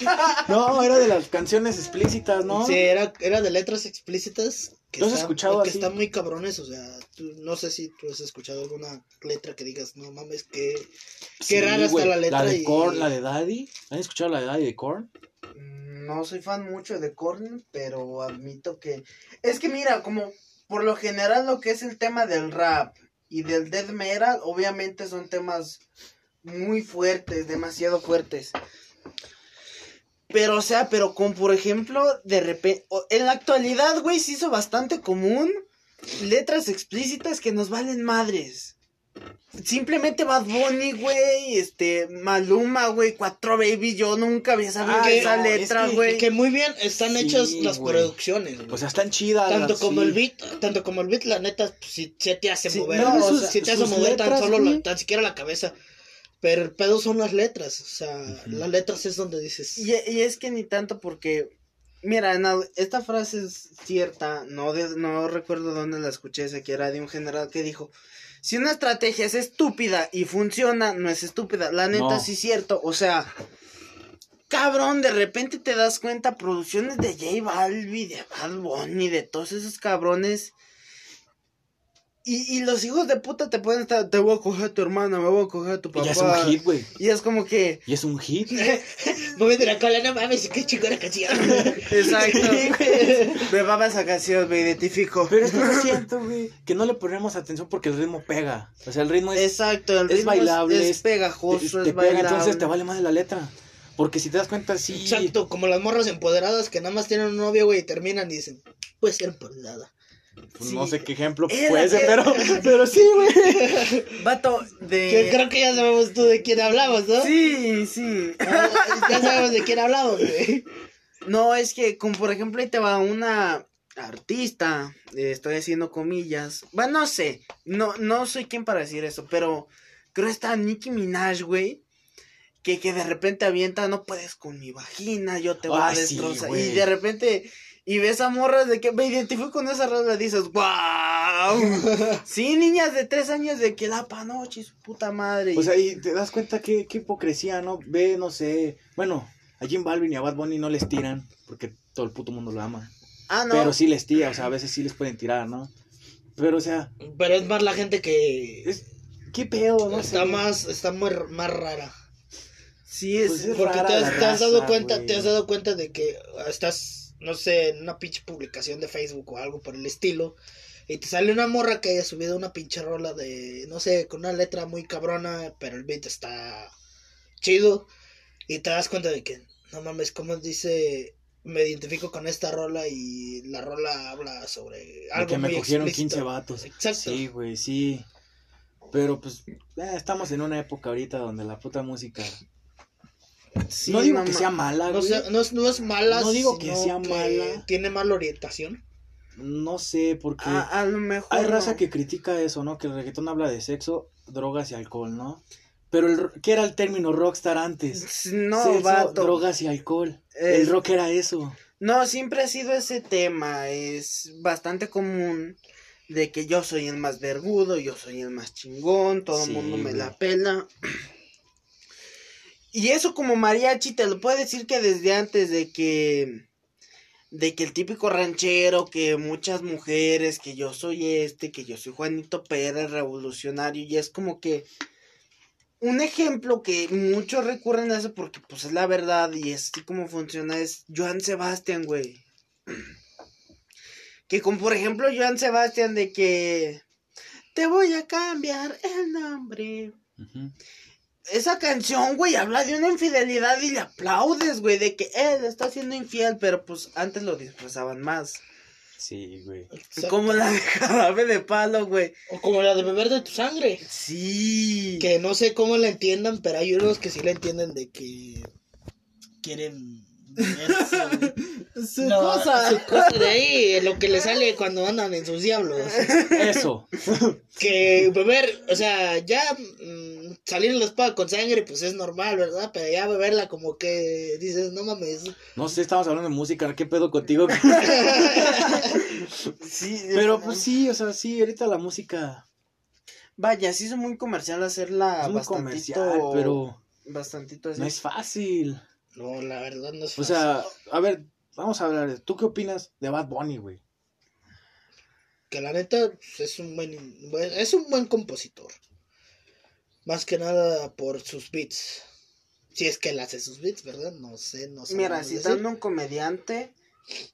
[SPEAKER 1] No, era de las canciones explícitas, ¿no?
[SPEAKER 3] Sí, era, era de letras explícitas. Que
[SPEAKER 1] ¿Lo has
[SPEAKER 3] están-
[SPEAKER 1] escuchado
[SPEAKER 3] que
[SPEAKER 1] así?
[SPEAKER 3] están muy cabrones, o sea, tú- no sé si tú has escuchado alguna letra que digas, no mames, que...
[SPEAKER 1] Sí,
[SPEAKER 3] qué rara está
[SPEAKER 1] güey,
[SPEAKER 3] la letra
[SPEAKER 1] La de
[SPEAKER 3] y-
[SPEAKER 1] Korn, la de Daddy. ¿Han escuchado la de Daddy de Korn?
[SPEAKER 2] Mm, No soy fan mucho de Korn, pero admito que. Es que mira, como por lo general lo que es el tema del rap y del death metal, obviamente son temas muy fuertes, demasiado fuertes. Pero, o sea, pero con, por ejemplo, de repente. En la actualidad, güey, se hizo bastante común letras explícitas que nos valen madres. Simplemente Bad Bunny, güey, este, Maluma, güey, Cuatro Baby, yo nunca había sabido
[SPEAKER 1] Ah,
[SPEAKER 2] esa
[SPEAKER 1] no, es
[SPEAKER 2] letra,
[SPEAKER 1] que-
[SPEAKER 2] güey.
[SPEAKER 3] Que muy bien están
[SPEAKER 1] Sí,
[SPEAKER 3] hechas las
[SPEAKER 1] güey.
[SPEAKER 3] producciones, güey.
[SPEAKER 1] O sea, están chidas.
[SPEAKER 3] tanto
[SPEAKER 1] las-
[SPEAKER 3] como
[SPEAKER 1] sí.
[SPEAKER 3] el beat, tanto como el beat, la neta, pues, sí, sí te hace
[SPEAKER 2] Sí,
[SPEAKER 3] mover,
[SPEAKER 2] no,
[SPEAKER 3] ¿no?
[SPEAKER 2] o
[SPEAKER 3] O
[SPEAKER 2] sea,
[SPEAKER 3] sea, sí te hace
[SPEAKER 1] sus
[SPEAKER 3] mover tan
[SPEAKER 1] letras,
[SPEAKER 3] solo, la-
[SPEAKER 1] güey.
[SPEAKER 3] tan siquiera la cabeza. Pero el pedo son las letras, o sea, las letras es donde dices.
[SPEAKER 2] Y, y es que ni tanto porque, mira, no, esta frase es cierta, no, de- no recuerdo dónde la escuché, sé que era de un general que dijo, si una estrategia es estúpida y funciona, no es estúpida, la neta
[SPEAKER 1] No.
[SPEAKER 2] sí es cierto, o sea, cabrón, de repente te das cuenta, producciones de J Balbi, de Bad Bunny, de todos esos cabrones. Y, y los hijos de puta te pueden estar, te voy a coger a tu hermana, me voy a coger a tu
[SPEAKER 1] Y
[SPEAKER 2] papá.
[SPEAKER 1] ya es un hit, güey.
[SPEAKER 2] Y es como que...
[SPEAKER 1] Y es un hit.
[SPEAKER 3] Voy a meter la cola, no mames, qué chingona canción.
[SPEAKER 2] Exacto. Me va esa canción, me identifico.
[SPEAKER 1] Pero es que yo siento, güey, que no le ponemos atención porque el ritmo pega. O sea, el ritmo es.
[SPEAKER 2] Exacto, el
[SPEAKER 1] es
[SPEAKER 2] ritmo
[SPEAKER 1] bailable,
[SPEAKER 2] es
[SPEAKER 1] es-
[SPEAKER 2] pegajoso,
[SPEAKER 1] te-
[SPEAKER 2] es
[SPEAKER 1] te pega,
[SPEAKER 2] bailable.
[SPEAKER 1] entonces te vale más la letra. Porque si te das cuenta, sí.
[SPEAKER 3] Exacto, como las morras empoderadas que nada más tienen un novio, güey, y terminan y dicen, puede ser empoderada.
[SPEAKER 1] pues no
[SPEAKER 2] sí.
[SPEAKER 1] sé qué ejemplo
[SPEAKER 2] Era
[SPEAKER 1] puede ser,
[SPEAKER 2] que-
[SPEAKER 1] pero, pero sí, güey.
[SPEAKER 2] Vato
[SPEAKER 3] Que
[SPEAKER 2] de
[SPEAKER 3] creo que ya sabemos tú de quién hablamos, ¿no?
[SPEAKER 2] Sí, sí.
[SPEAKER 3] Ah, Ya sabemos de quién hablamos, güey.
[SPEAKER 2] No, es que como por ejemplo ahí te va una artista, eh, estoy haciendo comillas. Bueno, no sé, no no soy quien para decir eso, pero creo que está Nicki Minaj, güey. Que, que de repente avienta, no puedes con mi vagina, yo te voy a
[SPEAKER 1] Ah, sí,
[SPEAKER 2] destrozar. y
[SPEAKER 1] güey.
[SPEAKER 2] de repente, y ves a morras de que me identifico con esa regla, dices, wow. sí, niñas de tres años de que la panoche, y su puta madre.
[SPEAKER 1] O sea, y te das cuenta que, qué hipocresía, ¿no? Ve, no sé. Bueno, a Jim Balvin y a Bad Bunny no les tiran porque todo el puto mundo lo ama.
[SPEAKER 2] ah, no.
[SPEAKER 1] Pero sí les tira, o sea, a veces sí les pueden tirar, ¿no? Pero, o sea,
[SPEAKER 3] Pero es más la gente que
[SPEAKER 1] es, ¿qué pedo? No
[SPEAKER 3] está
[SPEAKER 1] sé.
[SPEAKER 3] más, está muy r- más rara.
[SPEAKER 2] sí, es.
[SPEAKER 1] pues es-
[SPEAKER 3] Porque
[SPEAKER 1] rara
[SPEAKER 3] te
[SPEAKER 1] la
[SPEAKER 3] has, te has
[SPEAKER 1] raza,
[SPEAKER 3] dado cuenta,
[SPEAKER 1] güey.
[SPEAKER 3] te has dado cuenta de que estás, no sé, en una pinche publicación de Facebook o algo por el estilo. Y te sale una morra que haya subido una pinche rola de, no sé, con una letra muy cabrona, pero el beat está chido. Y te das cuenta de que, no mames, como dice, me identifico con esta rola y la rola habla sobre
[SPEAKER 1] De
[SPEAKER 3] algo
[SPEAKER 1] que me
[SPEAKER 3] muy
[SPEAKER 1] cogieron
[SPEAKER 3] explícito".
[SPEAKER 1] 15 vatos.
[SPEAKER 3] Exacto.
[SPEAKER 1] Sí, güey, sí. Pero pues eh, estamos en una época ahorita donde la puta música.
[SPEAKER 2] sí,
[SPEAKER 1] no digo que
[SPEAKER 2] ma-
[SPEAKER 1] sea mala,
[SPEAKER 3] No,
[SPEAKER 1] güey.
[SPEAKER 3] sé- no es, no es mala,
[SPEAKER 1] No digo que
[SPEAKER 3] sino
[SPEAKER 1] sea mala.
[SPEAKER 3] Tiene mala orientación.
[SPEAKER 1] No sé, porque
[SPEAKER 2] A, a lo mejor.
[SPEAKER 1] hay raza
[SPEAKER 2] Ah, no.
[SPEAKER 1] que critica eso, ¿no? Que el reggaetón habla de sexo, drogas y alcohol, ¿no? Pero el, ro- ¿qué era el término rockstar antes?
[SPEAKER 2] Pues, No,
[SPEAKER 1] Sexo,
[SPEAKER 2] vato.
[SPEAKER 1] drogas y alcohol.
[SPEAKER 2] Eh,
[SPEAKER 1] El rock era eso.
[SPEAKER 2] No, siempre ha sido ese tema. Es bastante común de que yo soy el más vergudo, yo soy el más chingón, todo el
[SPEAKER 1] Sí,
[SPEAKER 2] mundo me
[SPEAKER 1] güey.
[SPEAKER 2] la pela. Y eso como mariachi te lo puedo decir que desde antes de que de que el típico ranchero, que muchas mujeres, que yo soy este, que yo soy Juanito Pérez, revolucionario, y es como que un ejemplo que muchos recurren a eso porque pues es la verdad y es así como funciona es Joan Sebastián, güey. Que con por ejemplo Joan Sebastián de que te voy a cambiar el nombre.
[SPEAKER 1] Ujú.
[SPEAKER 2] Esa canción, güey, habla de una infidelidad y le aplaudes, güey, de que él está siendo infiel, pero pues antes lo disfrazaban más.
[SPEAKER 1] Sí, güey.
[SPEAKER 3] Exacto.
[SPEAKER 2] Como la de jarabe de palo, güey.
[SPEAKER 3] O como la de beber de tu sangre.
[SPEAKER 2] Sí.
[SPEAKER 3] Que no sé cómo la entiendan, pero hay unos que sí la entienden de que quieren ver su,
[SPEAKER 2] Su
[SPEAKER 3] no,
[SPEAKER 2] cosa.
[SPEAKER 3] su cosa de ahí, lo que le sale cuando andan en sus diablos.
[SPEAKER 1] Eso.
[SPEAKER 3] Que beber, o sea, ya mm, salir la espada con sangre, pues es normal, ¿verdad? Pero ya beberla como que dices, no mames.
[SPEAKER 1] No sé, estamos hablando de música. ¿Qué pedo contigo?
[SPEAKER 2] Sí,
[SPEAKER 1] Pero pues sí, o sea, sí, ahorita la música
[SPEAKER 2] Vaya, sí es muy comercial hacerla
[SPEAKER 1] es muy
[SPEAKER 2] Ah, bastantito. Pues
[SPEAKER 1] comercial, pero
[SPEAKER 2] Bastantito así.
[SPEAKER 1] no es fácil.
[SPEAKER 3] No, la verdad no es
[SPEAKER 1] O
[SPEAKER 3] fácil.
[SPEAKER 1] sea, a ver, vamos a hablar. de- ¿Tú qué opinas de Bad Bunny, güey?
[SPEAKER 3] que la neta pues, es un buen, buen- es un buen compositor más que nada por sus beats si es que él hace sus beats verdad no sé no sé
[SPEAKER 2] Mira, citando un comediante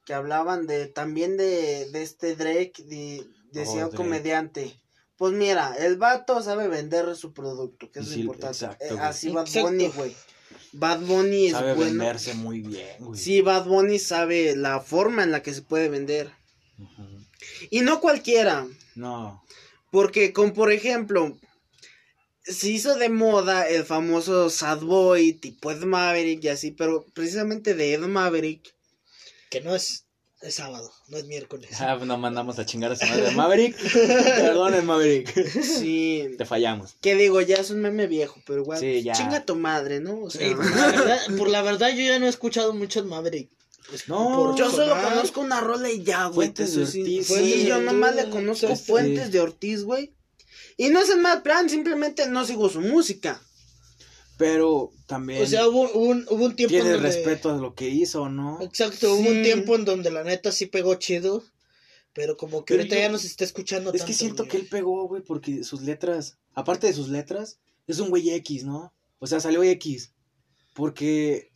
[SPEAKER 2] que hablaban de también de, de este Drake, de- decía
[SPEAKER 1] Oh,
[SPEAKER 2] un
[SPEAKER 1] Drake.
[SPEAKER 2] comediante. Pues mira, el vato sabe vender su producto, que es
[SPEAKER 1] Y
[SPEAKER 2] lo
[SPEAKER 1] sí,
[SPEAKER 2] importante.
[SPEAKER 1] exacto,
[SPEAKER 2] Eh,
[SPEAKER 1] güey.
[SPEAKER 2] así Bad
[SPEAKER 3] Exacto.
[SPEAKER 2] Bunny, güey. Bad Bunny es
[SPEAKER 1] Sabe
[SPEAKER 2] bueno.
[SPEAKER 1] venderse muy bien, güey.
[SPEAKER 2] Sí, Bad Bunny sabe la forma en la que se puede vender.
[SPEAKER 1] Ujú.
[SPEAKER 2] Y no cualquiera,
[SPEAKER 1] No.
[SPEAKER 2] porque con por ejemplo, se hizo de moda el famoso Sad Boy, tipo Ed Maverick y así, pero precisamente de Ed Maverick.
[SPEAKER 3] Que no es, es sábado, no es miércoles.
[SPEAKER 1] Ah, pues no mandamos a chingar a su madre. Maverick, perdonen, Maverick.
[SPEAKER 2] Sí.
[SPEAKER 1] Te fallamos.
[SPEAKER 2] que digo, ya es un meme viejo, pero igual.
[SPEAKER 1] Sí, ya.
[SPEAKER 2] Chinga tu madre, ¿no? O sea,
[SPEAKER 3] Sí, por, la verdad, por la verdad, yo ya no he escuchado mucho de Maverick. Pues,
[SPEAKER 1] No,
[SPEAKER 3] por
[SPEAKER 2] yo solo
[SPEAKER 3] sonar.
[SPEAKER 2] conozco una rola y ya, güey. te
[SPEAKER 1] Fuentes
[SPEAKER 2] soy
[SPEAKER 1] de Ortiz.
[SPEAKER 2] sin- Sí,
[SPEAKER 1] Fuentes
[SPEAKER 2] yo
[SPEAKER 3] de
[SPEAKER 2] nomás
[SPEAKER 3] Ortiz.
[SPEAKER 2] le conozco
[SPEAKER 1] Este-
[SPEAKER 2] Fuentes de Ortiz, güey. Y no es el mal plan, simplemente no sigo su música.
[SPEAKER 1] Pero también
[SPEAKER 3] O sea, hubo, hubo un, hubo un tiempo
[SPEAKER 1] tiene
[SPEAKER 3] en donde-
[SPEAKER 1] respeto a lo que hizo, ¿no?
[SPEAKER 3] Exacto, hubo
[SPEAKER 2] Sí.
[SPEAKER 3] un tiempo en donde la neta sí pegó chido. Pero como que
[SPEAKER 1] Pero
[SPEAKER 3] ahorita
[SPEAKER 1] yo-
[SPEAKER 3] ya no se está escuchando
[SPEAKER 1] Es
[SPEAKER 3] tanto.
[SPEAKER 1] que siento
[SPEAKER 3] güey.
[SPEAKER 1] que él pegó, güey, porque sus letras, aparte de sus letras, es un güey X, ¿no? O sea, salió X. Porque,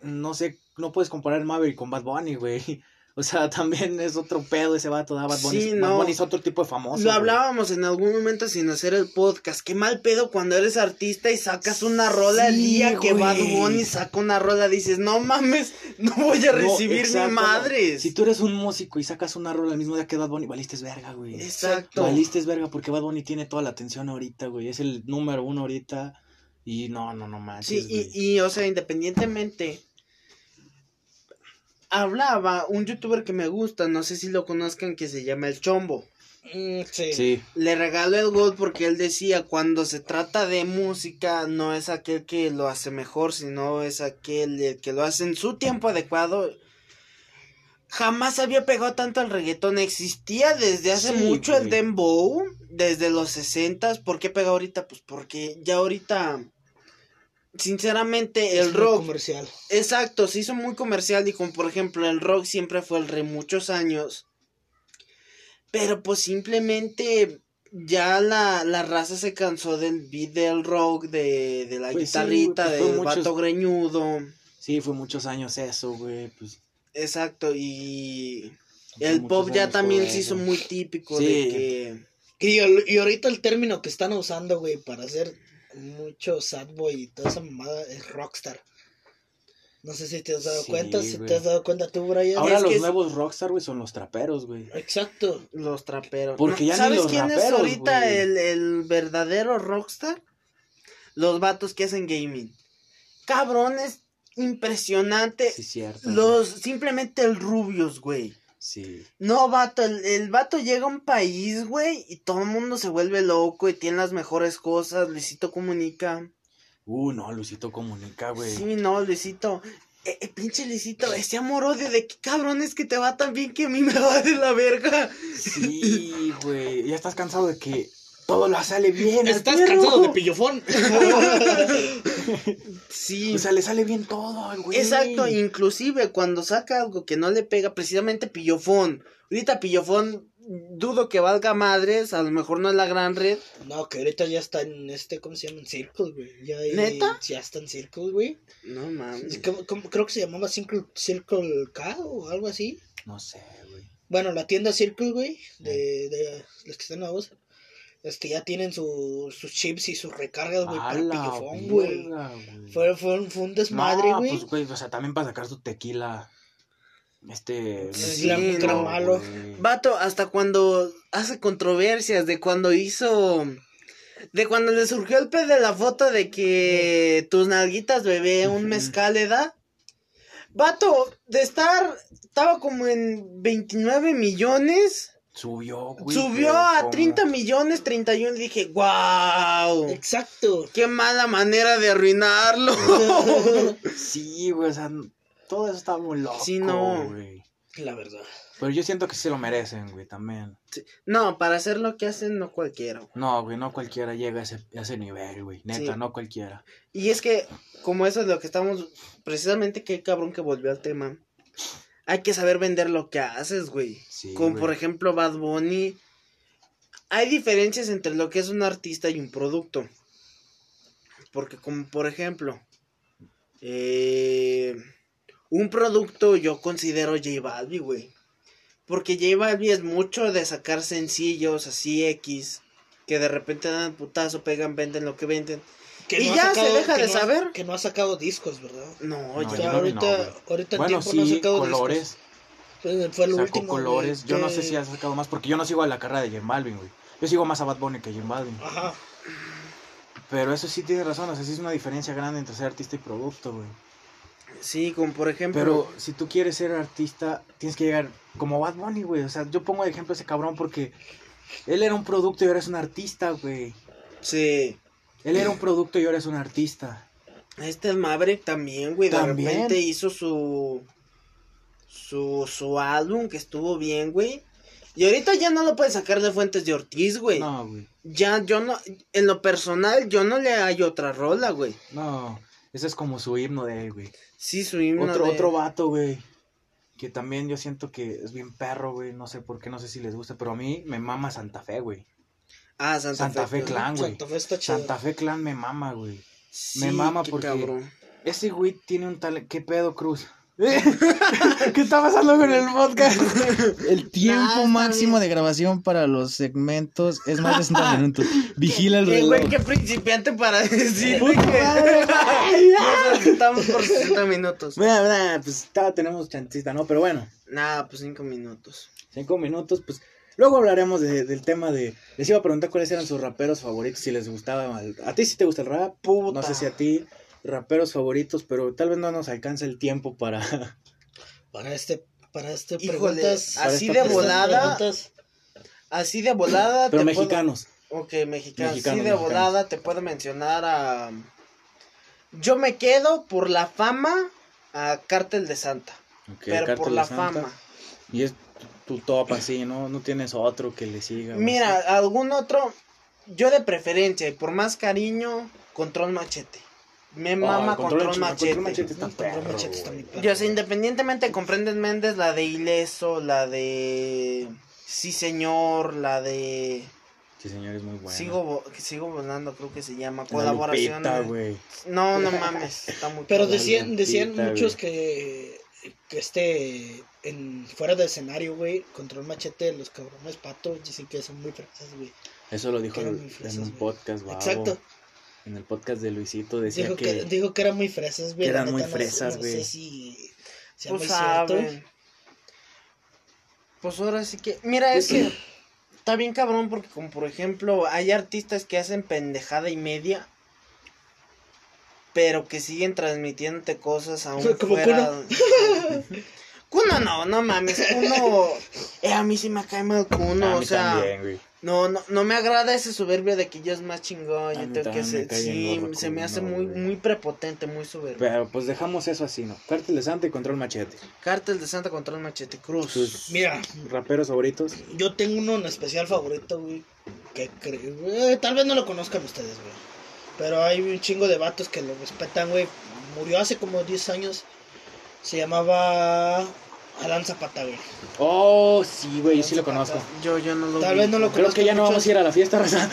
[SPEAKER 1] no sé, no puedes comparar Maverick con Bad Bunny, güey. O sea, también es otro pedo ese vato, ¿no? Bad Bunny,
[SPEAKER 2] Sí,
[SPEAKER 1] Bad
[SPEAKER 2] no.
[SPEAKER 1] Bunny es otro tipo de famoso.
[SPEAKER 2] Lo
[SPEAKER 1] güey.
[SPEAKER 2] hablábamos en algún momento sin hacer el podcast. Qué mal pedo cuando eres artista y sacas una rola el
[SPEAKER 1] Sí,
[SPEAKER 2] día que
[SPEAKER 1] güey.
[SPEAKER 2] Bad Bunny saca una rola. Dices, no mames, no voy a
[SPEAKER 1] No,
[SPEAKER 2] recibir
[SPEAKER 1] exacto,
[SPEAKER 2] ni
[SPEAKER 1] no.
[SPEAKER 2] madres.
[SPEAKER 1] Si tú eres un músico y sacas una rola al mismo día que Bad Bunny, valiste es verga, güey.
[SPEAKER 2] Exacto.
[SPEAKER 1] Valiste es verga porque Bad Bunny tiene toda la atención ahorita, güey. Es el número uno ahorita. Y no, no, no manches.
[SPEAKER 2] Sí, y,
[SPEAKER 1] güey.
[SPEAKER 2] y, o sea, independientemente. Hablaba un youtuber que me gusta, no sé si lo conozcan, que se llama El Chombo.
[SPEAKER 3] Mm, sí.
[SPEAKER 1] Sí,
[SPEAKER 2] Le regaló el gol porque él decía, cuando se trata de música, no es aquel que lo hace mejor, sino es aquel el que lo hace en su tiempo adecuado. Jamás había pegado tanto al reggaetón, existía desde hace
[SPEAKER 1] Sí,
[SPEAKER 2] mucho el
[SPEAKER 1] güey.
[SPEAKER 2] dembow, desde los 60 ¿por qué pega ahorita? Pues porque ya ahorita, sinceramente,
[SPEAKER 3] Es
[SPEAKER 2] el
[SPEAKER 3] muy
[SPEAKER 2] rock
[SPEAKER 3] comercial.
[SPEAKER 2] Exacto, se hizo muy comercial y como por ejemplo el rock siempre fue el rey muchos años. Pero pues simplemente ya la, la raza se cansó del beat del rock, de, de la
[SPEAKER 1] Pues sí,
[SPEAKER 2] guitarrita,
[SPEAKER 1] güey, pues fue
[SPEAKER 2] del
[SPEAKER 1] muchos-
[SPEAKER 2] vato greñudo.
[SPEAKER 1] sí, fue muchos años eso, güey. Pues,
[SPEAKER 2] Exacto, y
[SPEAKER 1] fue
[SPEAKER 2] el
[SPEAKER 1] muchos
[SPEAKER 2] pop ya
[SPEAKER 1] años
[SPEAKER 2] también
[SPEAKER 1] todo
[SPEAKER 2] se hizo
[SPEAKER 1] eso.
[SPEAKER 2] muy típico
[SPEAKER 1] Sí.
[SPEAKER 2] de que...
[SPEAKER 3] Y, al- y ahorita el término que están usando, güey, para hacer mucho sad boy y toda esa mamada es rockstar. No sé si te has dado
[SPEAKER 1] Sí,
[SPEAKER 3] cuenta, si
[SPEAKER 1] güey.
[SPEAKER 3] te has dado cuenta tú, Brian.
[SPEAKER 1] Ahora
[SPEAKER 2] es
[SPEAKER 1] los
[SPEAKER 2] que es-
[SPEAKER 1] nuevos rockstar, güey, son los traperos, güey.
[SPEAKER 3] Exacto.
[SPEAKER 2] Los traperos.
[SPEAKER 1] Porque
[SPEAKER 2] No,
[SPEAKER 1] ya ni
[SPEAKER 2] ¿Sabes
[SPEAKER 1] los
[SPEAKER 2] quién es
[SPEAKER 1] raperos,
[SPEAKER 2] ahorita
[SPEAKER 1] güey.
[SPEAKER 2] el, el verdadero rockstar? Los vatos que hacen gaming. Cabrones, impresionante.
[SPEAKER 1] Sí, cierto.
[SPEAKER 2] Los, simplemente el rubios, güey.
[SPEAKER 1] Sí.
[SPEAKER 2] No, vato, el, el vato llega a un país, güey, y todo el mundo se vuelve loco y tiene las mejores cosas. Luisito comunica.
[SPEAKER 1] Uh, no, Lucito comunica, Ah, güey.
[SPEAKER 2] Sí, no, Luisito. Eh, eh, pinche Luisito, ese amor-odio de qué cabrón es que te va tan bien que a mí me va de la verga.
[SPEAKER 1] Sí, güey. Ya estás cansado de que todo lo sale bien. al
[SPEAKER 3] Estás
[SPEAKER 1] perro.
[SPEAKER 3] cansado de pillofón.
[SPEAKER 2] Sí.
[SPEAKER 1] O sea, le sale bien todo al güey.
[SPEAKER 2] Exacto, inclusive cuando saca algo que no le pega, precisamente Pillofón. Ahorita Pillofón, dudo que valga madres, a lo mejor no es la gran red.
[SPEAKER 3] no, que ahorita ya está en este, ¿cómo se llama? En Circle, güey. Ya, hay-
[SPEAKER 2] ¿Neta?
[SPEAKER 3] Ya está en Circle, güey.
[SPEAKER 2] No mames.
[SPEAKER 3] ¿Cómo- cómo- Creo que se llamaba Circle, Circle K o algo así.
[SPEAKER 1] No sé, güey.
[SPEAKER 3] Bueno, la tienda Circle, güey, de, de los que están nuevos, este, ya tienen su, sus chips y sus recargas, güey,
[SPEAKER 1] A
[SPEAKER 3] para
[SPEAKER 1] la
[SPEAKER 3] pillofón, güey.
[SPEAKER 1] verga, güey.
[SPEAKER 3] Fue, fue, un, fue un desmadre,
[SPEAKER 1] No,
[SPEAKER 3] güey.
[SPEAKER 1] pues, güey, o sea, también para sacar su tequila. Este.
[SPEAKER 3] Sí,
[SPEAKER 1] mezclado,
[SPEAKER 2] sí, no.
[SPEAKER 3] malo.
[SPEAKER 1] güey.
[SPEAKER 2] Vato, hasta cuando hace controversias de cuando hizo. De cuando le surgió el pez de la foto de que tus nalguitas, bebé, un
[SPEAKER 1] Ujú.
[SPEAKER 2] mezcal le da. Vato, de estar. Estaba como en 29 millones.
[SPEAKER 1] Subió, güey.
[SPEAKER 2] Subió
[SPEAKER 1] pero
[SPEAKER 2] a
[SPEAKER 1] como-
[SPEAKER 2] 30 millones, 31. Dije, wow.
[SPEAKER 3] Exacto.
[SPEAKER 2] Qué mala manera de arruinarlo.
[SPEAKER 1] Sí, güey, o sea, todo eso está muy loco.
[SPEAKER 2] Sí, no.
[SPEAKER 1] güey.
[SPEAKER 3] La verdad.
[SPEAKER 1] Pero yo siento que sí lo merecen, güey, también.
[SPEAKER 2] no, para hacer lo que hacen, no cualquiera.
[SPEAKER 1] No, güey, no cualquiera llega a ese, a ese nivel, güey. Neta,
[SPEAKER 2] Sí.
[SPEAKER 1] no cualquiera.
[SPEAKER 2] Y es que, como eso es lo que estamos. Precisamente, qué cabrón que volvió al tema. Hay que saber vender lo que haces, güey.
[SPEAKER 1] Sí,
[SPEAKER 2] Como
[SPEAKER 1] güey.
[SPEAKER 2] por ejemplo Bad Bunny. Hay diferencias entre lo que es un artista y un producto. Porque como por ejemplo, eh, un producto yo considero J Balvin, güey. Porque J Balvin es mucho de sacar sencillos así X, que de repente dan putazo, pegan, venden lo que venden. Y
[SPEAKER 3] ha
[SPEAKER 2] ya se deja
[SPEAKER 3] que
[SPEAKER 2] de
[SPEAKER 3] no ha-
[SPEAKER 2] saber.
[SPEAKER 3] que no ha sacado discos, ¿verdad?
[SPEAKER 2] No,
[SPEAKER 1] No,
[SPEAKER 3] O
[SPEAKER 2] ya.
[SPEAKER 3] sea,
[SPEAKER 1] J Balvin
[SPEAKER 3] ahorita,
[SPEAKER 1] no, güey.
[SPEAKER 3] ahorita en
[SPEAKER 1] Bueno,
[SPEAKER 3] tiempo no ha
[SPEAKER 1] sí,
[SPEAKER 3] sacado discos.
[SPEAKER 1] colores.
[SPEAKER 3] Fue- Fue el
[SPEAKER 1] Sacó
[SPEAKER 3] último. güey,
[SPEAKER 1] colores. Yo no
[SPEAKER 3] que-
[SPEAKER 1] sé si ha sacado más, porque yo no sigo a la carrera de Jim Balvin, güey. Yo sigo más a Bad Bunny que a Jim Balvin.
[SPEAKER 3] Ajá.
[SPEAKER 1] Pero eso sí tiene razón, o sea, sí es una diferencia grande entre ser artista y producto, güey.
[SPEAKER 2] Sí, como por ejemplo.
[SPEAKER 1] Pero si tú quieres ser artista, tienes que llegar como Bad Bunny, güey. O sea, yo pongo de ejemplo a ese cabrón porque él era un producto y ahora es un artista, güey.
[SPEAKER 2] Sí.
[SPEAKER 1] Él era un producto y ahora es un artista.
[SPEAKER 2] Este es Maverick también, güey.
[SPEAKER 1] También.
[SPEAKER 2] De repente hizo su, su. Su álbum que estuvo bien, güey. Y ahorita ya no lo puede sacar de Fuentes de Ortiz, güey.
[SPEAKER 1] No, güey.
[SPEAKER 2] Ya yo no. En lo personal, yo no le hallo otra rola, güey.
[SPEAKER 1] No. Ese es como su himno de él, güey.
[SPEAKER 2] Sí, su himno.
[SPEAKER 1] Otro,
[SPEAKER 2] de-
[SPEAKER 1] otro vato, güey. Que también yo siento que es bien perro, güey. No sé por qué, no sé si les gusta, pero a mí me mama Santa Fe, güey.
[SPEAKER 2] Ah, Santa,
[SPEAKER 1] Santa Fe
[SPEAKER 2] claro.
[SPEAKER 1] Clan, güey.
[SPEAKER 3] Santa Fe está chido.
[SPEAKER 1] Santa Fe Clan me mama, güey. Me mama porque-
[SPEAKER 2] Cabrón.
[SPEAKER 1] Ese güey tiene un talento. ¿Qué pedo, Cruz? ¿Qué está pasando con el podcast?
[SPEAKER 4] El
[SPEAKER 2] Nah,
[SPEAKER 4] tiempo
[SPEAKER 2] está
[SPEAKER 4] máximo
[SPEAKER 2] bien.
[SPEAKER 4] de grabación para los segmentos es más de 60 minutos. Vigila el
[SPEAKER 2] Eh, güey,
[SPEAKER 4] reloj.
[SPEAKER 2] qué principiante para decir güey, que. Nos estamos por 60 minutos.
[SPEAKER 1] Bueno, bueno, pues ta- tenemos chantista, ¿no? Pero bueno,
[SPEAKER 2] Nada, pues 5 minutos.
[SPEAKER 1] cinco minutos, pues. Luego hablaremos de- del tema de. Les iba a preguntar cuáles eran sus raperos favoritos, si les gustaba. el- A ti sí te gusta el rap,
[SPEAKER 2] Puta.
[SPEAKER 1] no sé si a ti, raperos favoritos, pero tal vez no nos alcanza el tiempo para.
[SPEAKER 3] Para este, para este
[SPEAKER 2] Híjole,
[SPEAKER 3] preguntas.
[SPEAKER 1] para
[SPEAKER 2] así
[SPEAKER 1] esta
[SPEAKER 2] de
[SPEAKER 3] estas
[SPEAKER 2] volada.
[SPEAKER 3] preguntas,
[SPEAKER 2] Así de volada.
[SPEAKER 1] Pero
[SPEAKER 2] te puedo-
[SPEAKER 1] mexicanos.
[SPEAKER 2] Ok, mexicano.
[SPEAKER 1] Mexicano,
[SPEAKER 2] sí, de
[SPEAKER 1] mexicano.
[SPEAKER 2] volada te puedo mencionar a. Yo me quedo por la fama a Cártel de Santa.
[SPEAKER 1] Ok,
[SPEAKER 2] pero
[SPEAKER 1] Cártel
[SPEAKER 2] por
[SPEAKER 1] de
[SPEAKER 2] la
[SPEAKER 1] Santa.
[SPEAKER 2] fama.
[SPEAKER 1] Y es tu tu top así, ¿no? No tienes otro que le siga. güey.
[SPEAKER 2] Mira, algún otro. Yo de preferencia, y por más cariño, Control Machete. Me
[SPEAKER 1] Ah,
[SPEAKER 2] mama Control, Machete.
[SPEAKER 1] está
[SPEAKER 3] Control
[SPEAKER 1] perro,
[SPEAKER 3] Machete está
[SPEAKER 1] güey.
[SPEAKER 3] muy perro.
[SPEAKER 2] Yo sé, independientemente comprendes Méndez, la de Ileso, la de. Sí, señor, la de.
[SPEAKER 1] Sí, señor, es muy bueno.
[SPEAKER 2] Sigo, vo- sigo volando, creo que se llama.
[SPEAKER 1] La
[SPEAKER 2] Colaboración.
[SPEAKER 1] Lupita, güey.
[SPEAKER 2] No, no mames, está muy
[SPEAKER 3] Pero
[SPEAKER 2] cabrón.
[SPEAKER 3] decían, decían
[SPEAKER 1] Maldita,
[SPEAKER 3] muchos
[SPEAKER 1] güey.
[SPEAKER 3] que, que este en fuera de escenario, güey, control machete, los cabrones patos dicen que son muy fresas, güey.
[SPEAKER 1] Eso lo dijo
[SPEAKER 3] Que eran
[SPEAKER 1] el-
[SPEAKER 3] muy fresas,
[SPEAKER 1] en un
[SPEAKER 3] güey.
[SPEAKER 1] podcast, babo.
[SPEAKER 3] Exacto.
[SPEAKER 1] En el podcast de Luisito decía
[SPEAKER 3] Dijo que,
[SPEAKER 1] que,
[SPEAKER 3] dijo que eran muy fresas, güey.
[SPEAKER 1] que
[SPEAKER 3] la
[SPEAKER 1] eran muy
[SPEAKER 3] neta, no-
[SPEAKER 1] fresas,
[SPEAKER 3] no
[SPEAKER 1] güey.
[SPEAKER 3] sé si sea
[SPEAKER 2] Pues
[SPEAKER 3] muy cierto.
[SPEAKER 2] saben. Pues ahora sí que. Mira, es que. Está bien cabrón porque, como por ejemplo, hay artistas que hacen pendejada y media. Pero que siguen transmitiéndote cosas aún
[SPEAKER 3] Como
[SPEAKER 2] fuera. Kuno no, no mames. Kuno. eh, a mí sí me cae mal Kuno.
[SPEAKER 1] A
[SPEAKER 2] o
[SPEAKER 1] mí
[SPEAKER 2] sea.
[SPEAKER 1] también, güey.
[SPEAKER 2] No, no, no me agrada ese soberbio de que yo es más chingón.
[SPEAKER 1] A
[SPEAKER 2] Yo
[SPEAKER 1] mí
[SPEAKER 2] tengo que
[SPEAKER 1] también me
[SPEAKER 2] ser.
[SPEAKER 1] cae bien
[SPEAKER 2] Sí,
[SPEAKER 1] gordo
[SPEAKER 2] se me hace
[SPEAKER 1] Kuno,
[SPEAKER 2] muy,
[SPEAKER 1] güey.
[SPEAKER 2] muy prepotente, muy soberbio.
[SPEAKER 1] Pero pues dejamos eso así, ¿no? Cártel de Santa y Control Machete.
[SPEAKER 2] Cártel de Santa contra el Machete Cruz.
[SPEAKER 1] Sus
[SPEAKER 3] Mira,
[SPEAKER 1] raperos favoritos.
[SPEAKER 3] yo tengo uno en especial favorito, güey. Que cre- eh, tal vez no lo conozcan ustedes, güey. Pero hay un chingo de vatos que lo respetan, güey. Murió hace como 10 años. Se llamaba Alan Zapata, güey.
[SPEAKER 1] Oh, sí, güey, yo sí lo conozco.
[SPEAKER 2] Yo, yo no lo
[SPEAKER 3] Tal
[SPEAKER 2] vi.
[SPEAKER 3] vez no lo
[SPEAKER 1] Creo
[SPEAKER 3] conozcan
[SPEAKER 1] que ya no
[SPEAKER 3] muchos.
[SPEAKER 1] vamos a ir a la fiesta, Raza.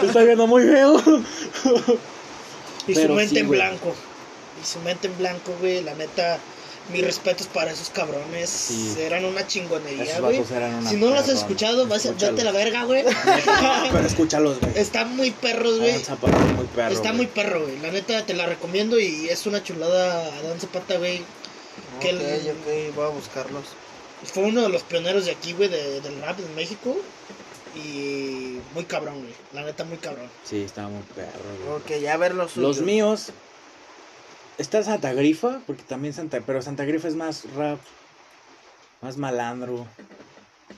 [SPEAKER 1] Lo está viendo muy feo.
[SPEAKER 3] Y su
[SPEAKER 1] Pero
[SPEAKER 3] mente
[SPEAKER 1] sí,
[SPEAKER 3] en
[SPEAKER 1] güey.
[SPEAKER 3] blanco. Y su mente en blanco, güey. La neta, mis respetos para esos cabrones.
[SPEAKER 1] Sí.
[SPEAKER 3] Eran una chingonería,
[SPEAKER 1] Esos
[SPEAKER 3] güey.
[SPEAKER 1] vatos eran una
[SPEAKER 3] Si no los has
[SPEAKER 1] perrona.
[SPEAKER 3] escuchado, vas a, vete a la
[SPEAKER 1] Escúchalos.
[SPEAKER 3] verga, güey.
[SPEAKER 1] Pero escúchalos, güey.
[SPEAKER 3] Están muy perros, güey.
[SPEAKER 1] Adán Zapata es muy perro.
[SPEAKER 3] Está
[SPEAKER 1] güey.
[SPEAKER 3] muy perro, güey. La neta, te la recomiendo y es una chulada Adán Zapata, güey.
[SPEAKER 2] Ok,
[SPEAKER 3] que el-
[SPEAKER 2] ok, voy a buscarlos.
[SPEAKER 3] Fue uno de los pioneros de aquí, güey, de- del rap en México. Y muy cabrón, güey. La neta, muy cabrón.
[SPEAKER 1] Sí, estaba muy perro, güey.
[SPEAKER 2] Ok, ya ver los suyos.
[SPEAKER 1] Los míos. Está Santa Grifa, porque también Santa. Pero Santa Grifa es más rap. Más malandro.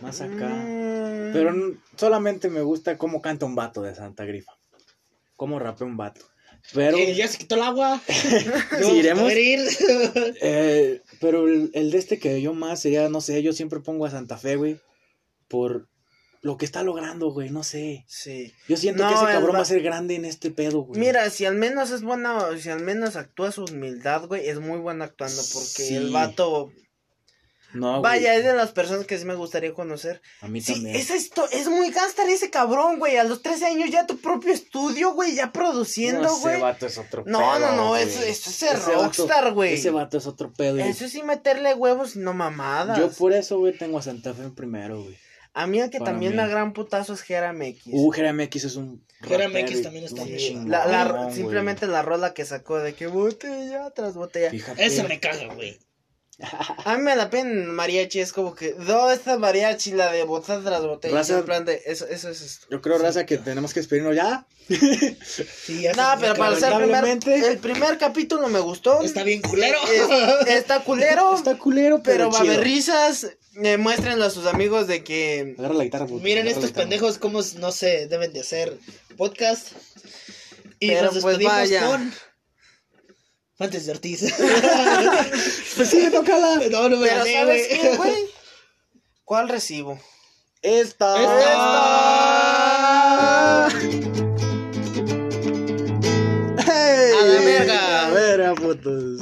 [SPEAKER 1] Más acá.
[SPEAKER 2] Mm.
[SPEAKER 1] Pero n- solamente me gusta cómo canta un vato de Santa Grifa. Cómo rapea un vato. Pero.
[SPEAKER 3] Eh, ya se quitó el agua.
[SPEAKER 1] Sí, iremos.
[SPEAKER 3] Poder ir.
[SPEAKER 1] eh, pero el, el de este que yo más sería, no sé, yo siempre pongo a Santa Fe, güey. Por lo que está logrando, güey. No sé.
[SPEAKER 2] Sí.
[SPEAKER 1] Yo siento
[SPEAKER 2] No,
[SPEAKER 1] que ese
[SPEAKER 2] el
[SPEAKER 1] cabrón
[SPEAKER 2] va-
[SPEAKER 1] va a ser grande en este pedo, güey.
[SPEAKER 2] Mira, si al menos es bueno, si al menos actúa su humildad, güey, es muy bueno actuando porque
[SPEAKER 1] Sí.
[SPEAKER 2] el vato,
[SPEAKER 1] No, güey.
[SPEAKER 2] vaya, es de las personas que sí me gustaría conocer.
[SPEAKER 1] A mí
[SPEAKER 2] Sí,
[SPEAKER 1] también.
[SPEAKER 2] es esto, es muy gánster ese cabrón, güey, a los 13 años ya tu propio estudio, güey, ya produciendo,
[SPEAKER 1] No,
[SPEAKER 2] güey.
[SPEAKER 1] Ese vato es otro
[SPEAKER 2] No,
[SPEAKER 1] pedo,
[SPEAKER 2] no, no,
[SPEAKER 1] güey.
[SPEAKER 2] eso, eso es ser
[SPEAKER 1] Ese vato-
[SPEAKER 2] rockstar, güey.
[SPEAKER 1] Ese vato es otro pedo. güey.
[SPEAKER 2] Eso sí meterle huevos y no mamadas.
[SPEAKER 1] Yo por eso, güey, tengo a Santa Fe en primero, güey.
[SPEAKER 2] A mí el que
[SPEAKER 1] para
[SPEAKER 2] también
[SPEAKER 1] mí.
[SPEAKER 2] me gran putazo es Jera MX.
[SPEAKER 1] Uh, Jeremy X es un.
[SPEAKER 3] Jeremy
[SPEAKER 1] rapero
[SPEAKER 3] X
[SPEAKER 1] y
[SPEAKER 3] también está
[SPEAKER 1] un
[SPEAKER 3] bien.
[SPEAKER 1] chingón,
[SPEAKER 2] La- la-
[SPEAKER 1] güey.
[SPEAKER 2] simplemente la rola que sacó de que botella tras botella.
[SPEAKER 1] Fíjate.
[SPEAKER 3] Ese me caga, güey.
[SPEAKER 2] A mí me da pena mariachi, es como que, no, esta mariachi, la de botas las botellas.
[SPEAKER 1] Raza-
[SPEAKER 2] en plan de, eso, eso es esto.
[SPEAKER 1] Yo creo, raza, que tenemos que despedirnos ya.
[SPEAKER 3] Sí, ya se
[SPEAKER 2] No,
[SPEAKER 3] nos
[SPEAKER 2] pero
[SPEAKER 3] acaba
[SPEAKER 2] para
[SPEAKER 3] el
[SPEAKER 2] ser primer,
[SPEAKER 1] lamentablemente-
[SPEAKER 2] el primer capítulo me gustó.
[SPEAKER 3] tiempo. Está bien culero.
[SPEAKER 2] Es- está culero,
[SPEAKER 1] Está culero, pero,
[SPEAKER 2] pero va a haber
[SPEAKER 1] chido.
[SPEAKER 2] risas. Eh, muéstrenlo a sus amigos de que...
[SPEAKER 1] Agarra la guitarra. puto, agarra
[SPEAKER 3] Miren
[SPEAKER 1] la
[SPEAKER 3] estos
[SPEAKER 1] guitarra.
[SPEAKER 3] pendejos cómo no se deben de hacer podcast. Y
[SPEAKER 2] Pero
[SPEAKER 3] nos
[SPEAKER 2] pues
[SPEAKER 3] despedimos
[SPEAKER 2] vaya.
[SPEAKER 3] con... Fuentes de Ortiz.
[SPEAKER 1] Pues sí, tócala.
[SPEAKER 3] no, no me
[SPEAKER 2] Pero
[SPEAKER 3] la sé,
[SPEAKER 2] ¿sabes
[SPEAKER 3] güey.
[SPEAKER 2] qué, güey? ¿Cuál recibo?
[SPEAKER 1] Esta.
[SPEAKER 2] Esta.
[SPEAKER 1] ¡Ey!
[SPEAKER 2] A la verga.
[SPEAKER 1] A la verga, putos.